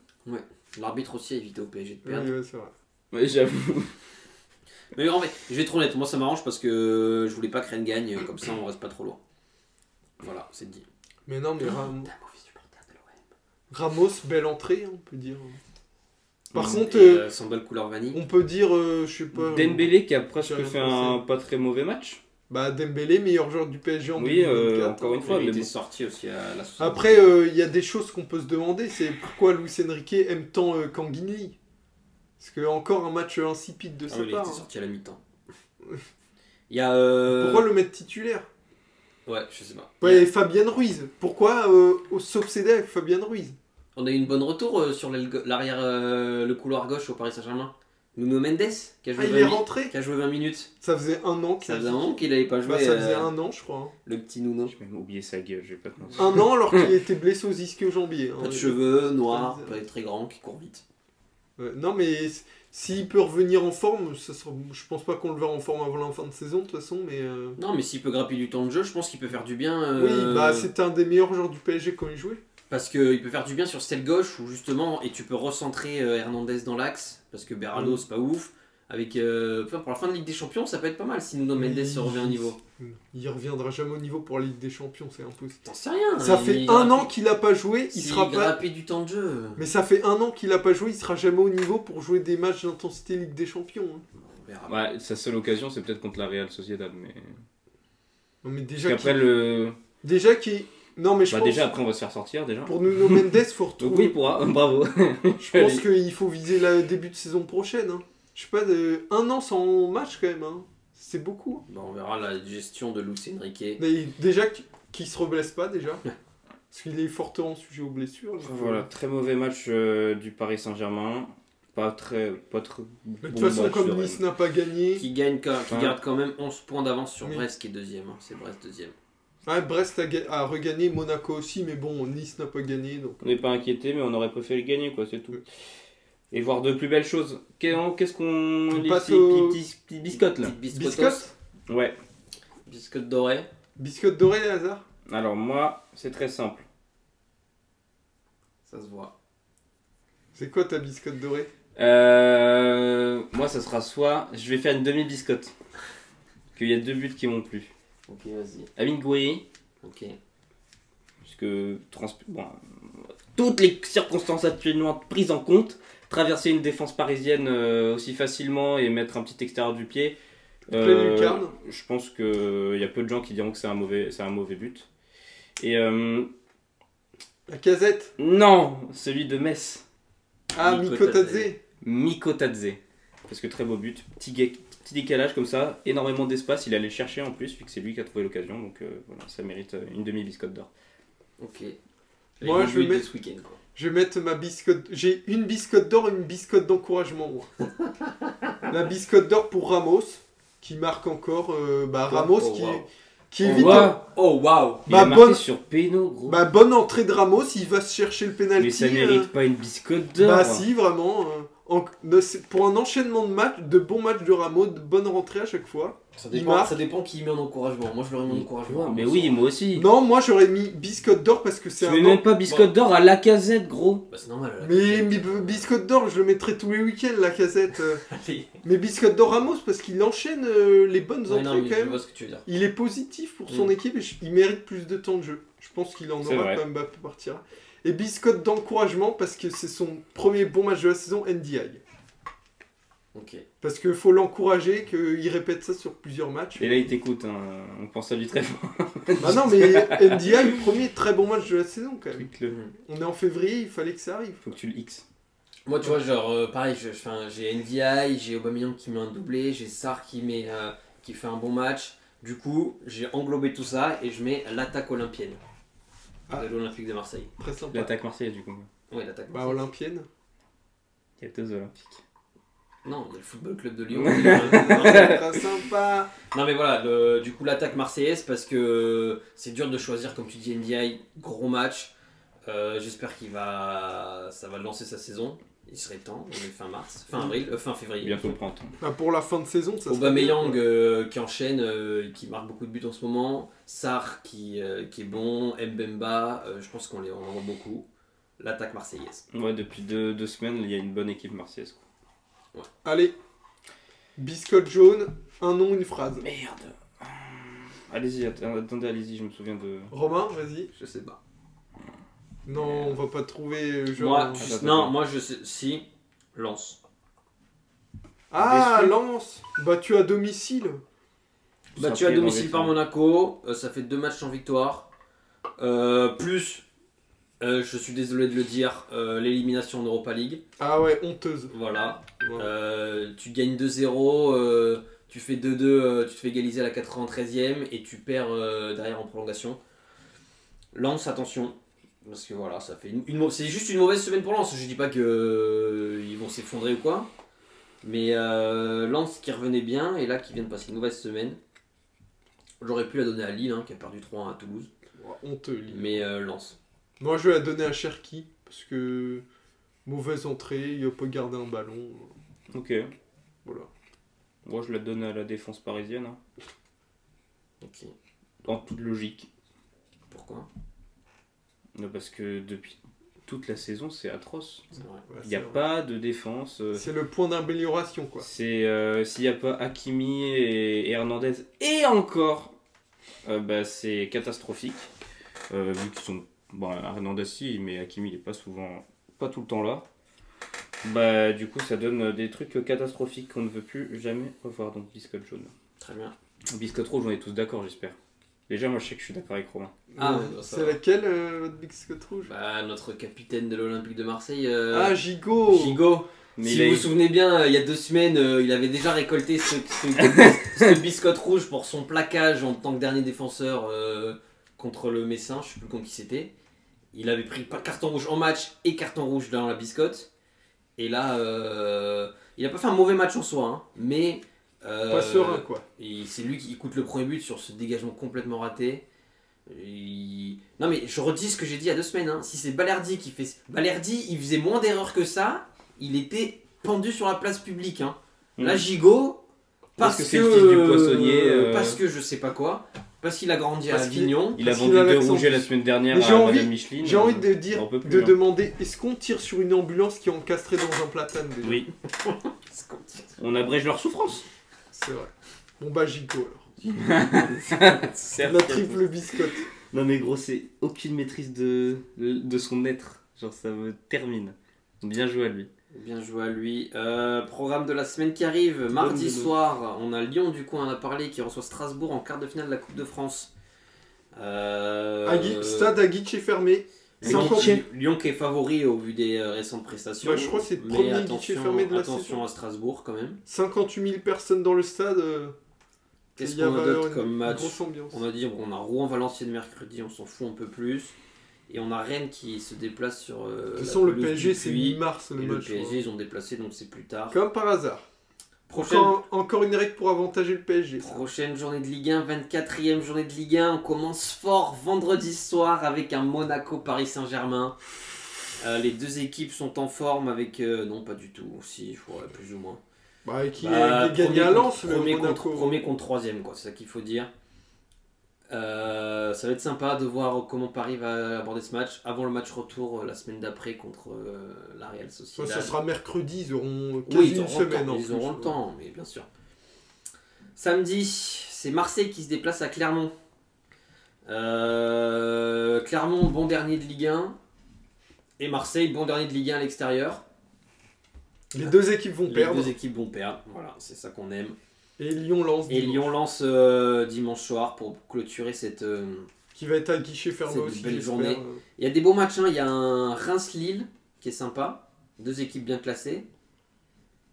Speaker 1: L'arbitre aussi a évité au PSG de
Speaker 2: Oui,
Speaker 1: perdre.
Speaker 2: ouais, c'est vrai.
Speaker 4: Ouais, j'avoue.
Speaker 1: Mais en fait, je vais être honnête, moi ça m'arrange parce que je voulais pas que Rennes gagne, comme ça on reste pas trop loin. Voilà, c'est dit.
Speaker 2: Mais non, mais Ram-
Speaker 1: T'es un mauvais supporter de l'OM.
Speaker 2: Ramos, belle entrée, hein, on peut dire. Par
Speaker 4: Mm.
Speaker 2: contre,
Speaker 1: Et,
Speaker 2: euh,
Speaker 1: euh, sans belle couleur vanille.
Speaker 2: on peut dire, euh, je sais pas. euh,
Speaker 4: Dembélé qui a
Speaker 2: j'ai
Speaker 4: presque
Speaker 2: rien
Speaker 4: fait un pas très mauvais match.
Speaker 2: Bah Dembélé, meilleur joueur du PSG en
Speaker 4: Oui, euh,
Speaker 2: 2024.
Speaker 4: encore une
Speaker 2: hein.
Speaker 4: fois,
Speaker 1: Il
Speaker 4: mais
Speaker 1: était
Speaker 4: bon.
Speaker 1: sorti aussi à la
Speaker 2: Après, euh, il y a des choses qu'on peut se demander, c'est pourquoi Luis Enrique aime tant euh, Kanguinli Parce que encore un match euh, insipide de
Speaker 1: Ah
Speaker 2: sa
Speaker 1: oui, il
Speaker 2: part.
Speaker 1: était
Speaker 2: hein.
Speaker 1: sorti à la mi-temps. Il y a. euh,
Speaker 2: Pourquoi le mettre titulaire
Speaker 1: Ouais, je sais pas.
Speaker 2: Ouais, et Fabienne Ruiz. Pourquoi euh, s'obséder avec Fabienne Ruiz
Speaker 1: On a eu une bonne retour euh, sur l'aile ga- l'arrière, euh, le couloir gauche au Paris Saint-Germain. Nuno Mendes, qui a
Speaker 2: Ah,
Speaker 1: joué,
Speaker 2: il
Speaker 1: 20,
Speaker 2: est
Speaker 1: mi-
Speaker 2: rentré
Speaker 1: qui a joué 20 minutes.
Speaker 2: Ça faisait un an qu'il
Speaker 1: Ça faisait un
Speaker 2: était-
Speaker 1: moment qu'il n'avait pas joué.
Speaker 2: Bah, ça
Speaker 1: euh,
Speaker 2: faisait un an, je crois.
Speaker 1: Le petit Nuno.
Speaker 4: J'ai même oublié sa gueule, je vais pas te mentir.
Speaker 2: hein. Un an alors qu'il était blessé aux ischio-jambiers. hein.
Speaker 1: Pas de cheveux, noir,
Speaker 2: bizarre.
Speaker 1: pas très grand, qui court vite.
Speaker 2: Ouais, Euh, non, mais c'est- S'il peut revenir en forme, ça sera- je pense pas qu'on le verra en forme avant la fin de saison de toute façon, mais. euh,
Speaker 1: Non, mais s'il peut grappiller du temps de jeu, je pense qu'il peut faire du bien.
Speaker 2: Oui,
Speaker 1: euh,
Speaker 2: bah c'était un des meilleurs joueurs du PSG quand il jouait.
Speaker 1: Parce qu'il peut faire du bien sur cette gauche où justement, et tu peux recentrer euh, Hernandez dans l'axe, parce que Beraldo
Speaker 2: Mm.
Speaker 1: c'est pas ouf. Avec, euh, enfin, pour la fin de Ligue des Champions, ça peut être pas mal si Nuno Mendes
Speaker 2: Mais
Speaker 1: se revient au niveau.
Speaker 2: Il reviendra jamais au niveau pour la Ligue des Champions, c'est impossible.
Speaker 1: T'en sais rien. hein,
Speaker 2: Ça
Speaker 1: Ah, il-
Speaker 2: fait
Speaker 1: il
Speaker 2: un
Speaker 1: grappille-
Speaker 2: an qu'il a pas joué, il
Speaker 1: S'il
Speaker 2: sera pas.
Speaker 1: grappille du temps de jeu.
Speaker 2: Mais ça fait un an qu'il a pas joué, il sera jamais au niveau pour jouer des matchs d'intensité Ligue des Champions. hein.
Speaker 1: On verra.
Speaker 4: Ouais, sa seule occasion, c'est peut-être contre la Real Sociedad, mais.
Speaker 2: Non mais
Speaker 4: Parce
Speaker 2: déjà
Speaker 4: qu'après
Speaker 2: qu'il...
Speaker 4: le.
Speaker 2: déjà qui non mais je
Speaker 4: Bah,
Speaker 2: pense
Speaker 4: déjà, après, on va se faire sortir déjà.
Speaker 2: pour Nuno Mendes faut
Speaker 4: Donc,
Speaker 2: retrouver
Speaker 4: oui, il pourra, bravo.
Speaker 2: je pense qu'il faut viser le début de saison prochaine hein. Je sais pas de- un an sans match quand même hein. C'est beaucoup.
Speaker 1: Bah, on verra la gestion de Luis Enrique.
Speaker 2: Mais déjà qu'- qu'il se reblesse pas déjà parce qu'il est fortement sujet aux blessures. donc,
Speaker 4: Voilà, très mauvais match euh, du Paris Saint-Germain. Pas très. Pas très
Speaker 2: Mais de
Speaker 4: bon bah, euh,
Speaker 2: toute façon
Speaker 4: match de
Speaker 2: comme
Speaker 4: Rennes.
Speaker 2: Nice n'a pas gagné,
Speaker 1: Qui, gagne quand- qui
Speaker 4: Enfin.
Speaker 1: garde quand même 11 points d'avance sur
Speaker 2: Oui.
Speaker 1: Brest qui est deuxième. hein. C'est Brest deuxième.
Speaker 2: ouais, Brest a, ga- a regagné, Monaco aussi mais bon Nice n'a pas gagné donc
Speaker 4: On n'est pas inquiété, mais on aurait préféré le gagner, quoi, c'est tout. Et voir de plus belles choses. Qu'est- Qu'est-ce qu'on.
Speaker 2: On
Speaker 4: les
Speaker 2: passe
Speaker 4: petits-
Speaker 2: au-
Speaker 4: petits- petits biscottes, là.
Speaker 1: Petite Biscotte
Speaker 2: biscotte
Speaker 4: Ouais.
Speaker 1: Biscotte dorée.
Speaker 2: biscotte dorée hasard.
Speaker 4: Alors moi, c'est très simple.
Speaker 1: Ça se voit.
Speaker 2: C'est quoi ta biscotte dorée
Speaker 4: Euh, moi, ça sera soit je vais faire une demi-biscotte. Qu'il y a deux buts qui m'ont plu.
Speaker 1: Ok, vas-y.
Speaker 4: Amine Gouiri,
Speaker 1: Ok.
Speaker 4: puisque trans- bon, toutes les circonstances actuellement prises en compte, traverser une défense parisienne euh, aussi facilement et mettre un petit extérieur du pied. euh,
Speaker 2: Pleine lucarne.
Speaker 4: je pense qu'il y a peu de gens qui diront que c'est un mauvais, c'est un mauvais but. Et euh,
Speaker 2: La casette
Speaker 4: non, celui de Metz.
Speaker 2: Ah
Speaker 1: Mikotadze.
Speaker 2: Mikotadze.
Speaker 4: Mikotadze. Parce que très beau but, petit, ga- petit décalage comme ça, énormément d'espace, il allait le chercher en plus, vu que c'est lui qui a trouvé l'occasion, donc euh, voilà, ça mérite euh, une demi-biscotte d'or.
Speaker 1: Ok.
Speaker 2: Moi,
Speaker 1: Les
Speaker 2: je
Speaker 1: buts de
Speaker 2: mets-
Speaker 1: ce week-end. quoi.
Speaker 2: Je vais mettre ma biscotte. J'ai une biscotte d'or et une biscotte d'encouragement, moi. la biscotte d'or pour Ramos, qui marque encore. euh, bah, Ramos,
Speaker 1: Oh,
Speaker 2: qui,
Speaker 1: wow.
Speaker 2: qui
Speaker 4: On
Speaker 2: évite.
Speaker 4: voit,
Speaker 1: Oh waouh
Speaker 4: il
Speaker 2: Bah,
Speaker 4: a marqué
Speaker 2: bonne-
Speaker 4: sur Péno, gros.
Speaker 2: Bah, bonne entrée de Ramos, il va se chercher le penalty.
Speaker 4: Mais ça
Speaker 2: euh,
Speaker 4: mérite hein. pas une biscotte d'or.
Speaker 2: Bah, si, vraiment. euh, en- de- c'est- pour un enchaînement de matchs, de bons matchs de Ramos, de bonnes rentrées à chaque fois.
Speaker 1: Ça
Speaker 2: Il
Speaker 1: dépend,
Speaker 2: marque.
Speaker 1: ça dépend qui met en encouragement. Moi, je l'aurais mis en
Speaker 4: Mais,
Speaker 1: encouragement.
Speaker 4: Ah, mais oui, moi aussi.
Speaker 2: Non, moi j'aurais mis biscotte d'or parce que c'est
Speaker 4: Je
Speaker 2: un.
Speaker 4: mets
Speaker 2: an-
Speaker 4: même pas biscotte d'or à la casette, gros.
Speaker 1: Bah, c'est normal. là.
Speaker 2: Mais, mais biscotte d'or, je le mettrais tous les week-ends, la cassette. euh.
Speaker 1: Allez.
Speaker 2: mais biscotte d'or Ramos, parce qu'il enchaîne euh, les bonnes
Speaker 1: Ouais,
Speaker 2: entrées
Speaker 1: non, mais
Speaker 2: quand
Speaker 1: je
Speaker 2: même.
Speaker 1: vois ce que tu veux dire.
Speaker 2: Il est positif pour son
Speaker 1: Mm.
Speaker 2: équipe et je- il mérite plus de temps de jeu. Je pense qu'il en
Speaker 4: C'est
Speaker 2: aura
Speaker 4: vrai.
Speaker 2: quand Mbappé partira. Et biscotte d'encouragement parce que c'est son premier bon match de la saison NDI.
Speaker 1: Ok.
Speaker 2: Parce qu'il faut l'encourager, qu'il répète ça sur plusieurs matchs.
Speaker 4: Et là, il t'écoute, hein, on pense à lui très fort.
Speaker 2: Bah non, mais NDI, le premier très bon match de la saison quand même.
Speaker 4: Tweet-le.
Speaker 2: On est en février, il fallait que ça arrive.
Speaker 4: Faut que tu le X.
Speaker 1: Moi, tu vois, genre, euh, pareil, je- je fais un- j'ai NDI, j'ai Aubameyang qui met un doublé, j'ai Sar qui, met, euh, qui fait un bon match. Du coup, j'ai englobé tout ça et je mets l'attaque olympienne
Speaker 2: Ah.
Speaker 1: de l'Olympique de Marseille.
Speaker 2: Très sympa.
Speaker 4: L'attaque marseillaise, du coup.
Speaker 1: Ouais, l'attaque.
Speaker 2: Bah, olympienne.
Speaker 4: Il y a deux olympiques.
Speaker 1: Non, il y a le Football Club de Lyon.
Speaker 2: très sympa.
Speaker 1: non, mais voilà, le- du coup, l'attaque marseillaise parce que c'est dur de choisir, comme tu dis, NDI, gros match. Euh, J'espère qu'il va, ça va lancer sa saison. Il serait temps, on est fin mars, fin avril, euh, fin février.
Speaker 4: Bientôt le printemps.
Speaker 2: Bah, pour la fin de saison, Mm. ça serait bien,
Speaker 1: Aubameyang
Speaker 2: quoi.
Speaker 1: euh, qui enchaîne, euh, qui marque beaucoup de buts en ce moment, Sar qui, euh, qui est bon, Mbemba, euh, je pense qu'on les on en voit beaucoup. L'attaque marseillaise.
Speaker 4: Ouais, depuis deux, deux semaines, il y a une bonne équipe marseillaise, quoi.
Speaker 2: Allez. Biscotte jaune, un nom, une phrase.
Speaker 4: Merde. Hum, Allez-y, att- attendez, allez-y, je me souviens de.
Speaker 2: Romain, vas-y.
Speaker 1: Je sais pas.
Speaker 2: Non, on va pas trouver. euh, genre-
Speaker 1: Moi, tu-
Speaker 4: Attends,
Speaker 1: non,
Speaker 4: attends.
Speaker 1: moi je sais. Si, Lance.
Speaker 2: Ah,
Speaker 4: Déçu.
Speaker 2: Lance Battu à domicile
Speaker 1: Battu à Bah, domicile par Monaco, euh, ça fait deux matchs sans victoire. Euh, plus, euh, je suis désolé de le dire, euh, l'élimination en Europa League.
Speaker 2: Ah ouais, honteuse.
Speaker 1: Voilà.
Speaker 2: Ouais.
Speaker 1: Euh, tu gagnes 2-0, euh, tu fais 2-2, euh, tu te fais égaliser à la 93e et tu perds euh, derrière en prolongation. Lance, attention. Parce que voilà, ça fait une, une mau- c'est juste une mauvaise semaine pour Lance. Je dis pas que euh, ils vont s'effondrer ou quoi. Mais euh, Lance qui revenait bien et là qui vient de passer une mauvaise semaine. J'aurais pu la donner à Lille hein, qui a perdu 3-1 à Toulouse.
Speaker 2: Ouais, honteux, Lille.
Speaker 1: Mais euh, Lance.
Speaker 2: Moi, je vais la donner à Cherki, parce que mauvaise entrée, il a pas gardé un ballon.
Speaker 4: Ok.
Speaker 2: Voilà.
Speaker 4: Moi, je la donne à la défense parisienne, hein,
Speaker 1: Ok.
Speaker 4: en toute logique.
Speaker 1: Pourquoi
Speaker 4: Non, Parce que depuis toute la saison, c'est atroce.
Speaker 1: C'est vrai.
Speaker 2: Ouais,
Speaker 4: Il n'y a
Speaker 2: Ah, c'est-
Speaker 4: pas de défense. euh,
Speaker 2: C'est le point d'amélioration, quoi.
Speaker 4: C'est euh, s'il n'y a pas Hakimi et, et Hernandez et encore, euh, bah, c'est catastrophique. Euh, vu qu'ils sont bon, Hernandez si, mais Hakimi il est pas souvent, pas tout le temps là. Bah du coup ça donne des trucs catastrophiques qu'on ne veut plus jamais revoir. Donc biscotte jaune.
Speaker 1: Très bien.
Speaker 4: Biscotte rouge, on est tous d'accord j'espère. Déjà moi je sais que je suis d'accord avec Romain.
Speaker 1: Ah,
Speaker 2: Euh,
Speaker 1: bah, ça
Speaker 2: c'est
Speaker 1: va.
Speaker 2: laquelle, euh, votre biscuit rouge
Speaker 1: Bah, notre capitaine de l'Olympique de Marseille, euh,
Speaker 2: Ah, Gigot
Speaker 1: Gigot.
Speaker 4: Mais
Speaker 1: si
Speaker 4: il a-
Speaker 1: vous vous souvenez bien, euh, il y a deux semaines, euh, il avait déjà récolté ce, ce- ce biscotte rouge pour son plaquage en tant que dernier défenseur euh, contre le Messin, je sais plus contre qui c'était. Il avait pris pas- carton rouge en match et carton rouge dans la biscotte. Et là, euh, il a pas fait un mauvais match en soi, hein, mais euh,
Speaker 2: Pas hein. serein, quoi.
Speaker 1: et c'est lui qui coûte le premier but sur ce dégagement complètement raté. Il- Non mais je redis ce que j'ai dit il y a deux semaines. hein. Si c'est Balerdi qui fait... Balerdi, il faisait moins d'erreurs que ça. Il était pendu sur la place publique. Hein.
Speaker 4: Mm.
Speaker 1: Là, Gigot,
Speaker 4: Parce
Speaker 1: parce que...
Speaker 4: que c'est le fils du poissonnier,
Speaker 1: euh,
Speaker 4: euh,
Speaker 1: Parce que je sais pas quoi. Parce qu'il a grandi à
Speaker 2: Parce qu'il-
Speaker 1: Avignon.
Speaker 4: il a
Speaker 2: parce
Speaker 4: vendu
Speaker 2: qu'il a
Speaker 4: deux
Speaker 2: l'accent.
Speaker 4: rouges la semaine dernière
Speaker 2: Mais j'ai
Speaker 4: à
Speaker 2: envie-
Speaker 4: Madame Micheline.
Speaker 2: J'ai envie de
Speaker 4: on
Speaker 2: dire,
Speaker 4: peut plus,
Speaker 2: de
Speaker 4: hein.
Speaker 2: demander, est-ce qu'on tire sur une ambulance qui est encastrée dans un platane déjà
Speaker 4: Oui, on abrège leur souffrance.
Speaker 2: C'est vrai. Bon bah Gigot alors. La
Speaker 4: Certes.
Speaker 2: triple biscotte.
Speaker 4: Non mais gros, c'est aucune maîtrise de, de son être. Genre ça me termine. Bien joué à lui.
Speaker 1: Bien joué à lui. Euh, programme de la semaine qui arrive. Mardi
Speaker 4: Donne-le-nous.
Speaker 1: soir, on a Lyon du coup, on en a parlé, qui reçoit Strasbourg en quart de finale de la Coupe de France. Euh,
Speaker 2: Agui- Stade à Guiche est fermé.
Speaker 1: Mais
Speaker 2: C'est
Speaker 1: Lyon-
Speaker 2: encore
Speaker 1: Lyon, qui est favori au vu des euh, récentes prestations.
Speaker 2: Bah, je crois que c'est le
Speaker 1: Mais
Speaker 2: premier guichet
Speaker 1: attention,
Speaker 2: fermé de la
Speaker 1: attention
Speaker 2: saison.
Speaker 1: à Strasbourg quand même.
Speaker 2: 58 000 personnes dans le stade. euh,
Speaker 1: Qu'est-ce
Speaker 2: il y a
Speaker 1: qu'on a
Speaker 2: vraiment
Speaker 1: d'autre
Speaker 2: une-
Speaker 1: comme
Speaker 2: une
Speaker 1: match
Speaker 2: Grosse ambiance.
Speaker 1: On a dit bon, on a Rouen-Valenciennes mercredi, on s'en fout un peu plus. Et on a Rennes qui se déplace sur. euh,
Speaker 2: de toute
Speaker 1: la
Speaker 2: façon, le
Speaker 1: pelouse
Speaker 2: PSG,
Speaker 1: du
Speaker 2: c'est
Speaker 1: Puy.
Speaker 2: mi-mars le
Speaker 1: Et le
Speaker 2: match. je
Speaker 1: PSG, ils ont déplacé donc c'est plus tard.
Speaker 2: crois. Comme par hasard.
Speaker 1: Prochaine,
Speaker 2: Encore, encore une règle pour avantager le PSG. ça.
Speaker 1: prochaine journée de Ligue 1, 24 e journée de Ligue 1. On commence fort vendredi soir avec un Monaco-Paris Saint-Germain. Euh, les deux équipes sont en forme avec. euh, non, pas du tout. Si, ouais, plus ou moins.
Speaker 2: Bah, et qui
Speaker 1: Bah,
Speaker 2: est qui est gagné
Speaker 1: premier
Speaker 2: à Lens,
Speaker 1: contre-
Speaker 2: le
Speaker 1: premier
Speaker 2: Monaco.
Speaker 1: contre, premier contre troisième, quoi, c'est ça qu'il faut dire. Euh, ça va être sympa de voir comment Paris va aborder ce match avant le match retour euh, la semaine d'après contre euh, la Real
Speaker 2: Bah, Ça,
Speaker 1: Sociedad.
Speaker 2: ça sera mercredi, ils auront quasi
Speaker 1: Oui, ils
Speaker 2: une
Speaker 1: auront le temps,
Speaker 2: semaine en
Speaker 1: ils
Speaker 2: plus.
Speaker 1: auront le temps, mais bien sûr. Samedi, c'est Marseille qui se déplace à Clermont. Euh, Clermont, bon dernier de Ligue 1. Et Marseille, bon dernier de Ligue 1 à l'extérieur.
Speaker 2: Les deux équipes vont
Speaker 1: Les
Speaker 2: perdre.
Speaker 1: deux équipes vont perdre. Voilà, c'est ça qu'on aime.
Speaker 2: Et Lyon lance
Speaker 1: Et Lyon lance euh, dimanche soir pour clôturer cette. euh,
Speaker 2: qui va être à guichet fermé
Speaker 1: C'est une
Speaker 2: aussi.
Speaker 1: belle
Speaker 2: j'espère.
Speaker 1: journée. Il y a des beaux matchs, hein. il y a un Reims-Lille qui est sympa, deux équipes bien classées.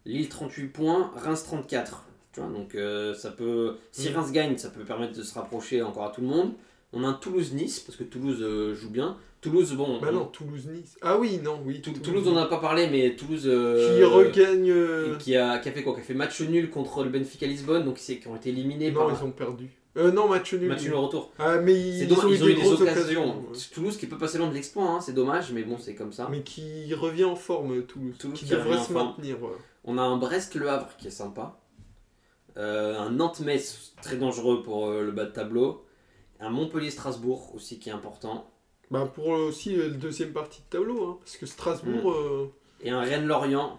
Speaker 1: Lille 38 points, Reims 34. Tu vois, donc euh, ça peut. Si
Speaker 2: Mm.
Speaker 1: Reims gagne, ça peut permettre de se rapprocher encore à tout le monde. On a un Toulouse-Nice, parce que Toulouse euh, joue bien. Toulouse, bon.
Speaker 2: Bah
Speaker 1: on-
Speaker 2: non, Toulouse-Nice. Ah oui, non, oui.
Speaker 1: Tou- Toulouse, on n'en a pas parlé, mais Toulouse. euh,
Speaker 2: Qui regagne. euh,
Speaker 1: qui a, qui a fait quoi Qui a fait match nul contre le Benfica Lisbonne, donc c'est- qui ont été éliminés
Speaker 2: Non,
Speaker 1: par
Speaker 2: ils ont perdu. Euh, non, match nul.
Speaker 1: match nul au retour.
Speaker 2: Ah, mais ils,
Speaker 1: C'est dommage,
Speaker 2: ont, eu des grosses
Speaker 1: occasions.
Speaker 2: occasions. ouais.
Speaker 1: C'est Toulouse qui peut passer loin de l'exploit, hein, c'est dommage, mais bon, c'est comme ça.
Speaker 2: Mais qui revient en forme, Toulouse.
Speaker 1: Toulouse
Speaker 2: qui
Speaker 1: qui revient
Speaker 2: devrait
Speaker 1: en
Speaker 2: se
Speaker 1: forme.
Speaker 2: maintenir. ouais.
Speaker 1: On a un Brest-Le Havre qui est sympa. Euh, un Nantes-Metz, très dangereux pour euh, le bas de tableau. Un Montpellier-Strasbourg aussi qui est important.
Speaker 2: Bah, pour euh, aussi euh, le deuxième partie de tableau. hein, parce que Strasbourg,
Speaker 1: Mm.
Speaker 2: euh,
Speaker 1: Et un Rennes-Lorient.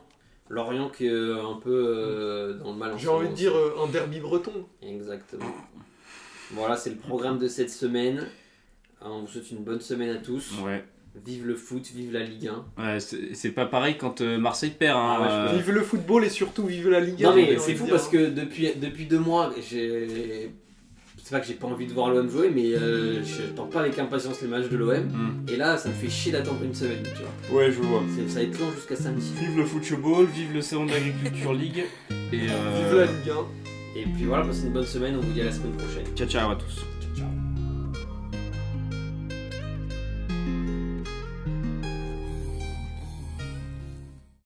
Speaker 1: Lorient qui est euh, un peu euh, dans le mal en ce
Speaker 2: j'ai envie de
Speaker 1: moment.
Speaker 2: dire euh, un derby breton.
Speaker 1: Exactement. Voilà, c'est le programme de cette semaine. Euh, On vous souhaite une bonne semaine à tous.
Speaker 4: Ouais.
Speaker 1: Vive le foot, vive la Ligue 1.
Speaker 4: ouais c'est c'est pas pareil quand euh, Marseille perd. Hein,
Speaker 1: Ah ouais, je peux
Speaker 4: euh,
Speaker 2: Vive le football et surtout vive la Ligue 1.
Speaker 1: Non mais hein.
Speaker 2: j'ai
Speaker 1: c'est
Speaker 2: envie
Speaker 1: fou
Speaker 2: de
Speaker 1: parce
Speaker 2: dire. hein.
Speaker 1: que depuis, depuis deux mois, j'ai... C'est pas que j'ai pas envie de voir l'OM jouer, mais euh, je tente pas avec impatience les matchs de l'OM.
Speaker 4: hmm.
Speaker 1: Et là, ça me fait chier d'attendre une semaine, tu vois.
Speaker 4: Ouais, je vois.
Speaker 1: C'est- Ça va être long jusqu'à samedi.
Speaker 4: Vive le football, vive le salon de l'agriculture league. Et euh,
Speaker 2: Vive la Ligue 1.
Speaker 1: Et puis voilà, passez une bonne semaine, on vous dit à la semaine prochaine.
Speaker 4: Ciao ciao à tous.
Speaker 1: Ciao.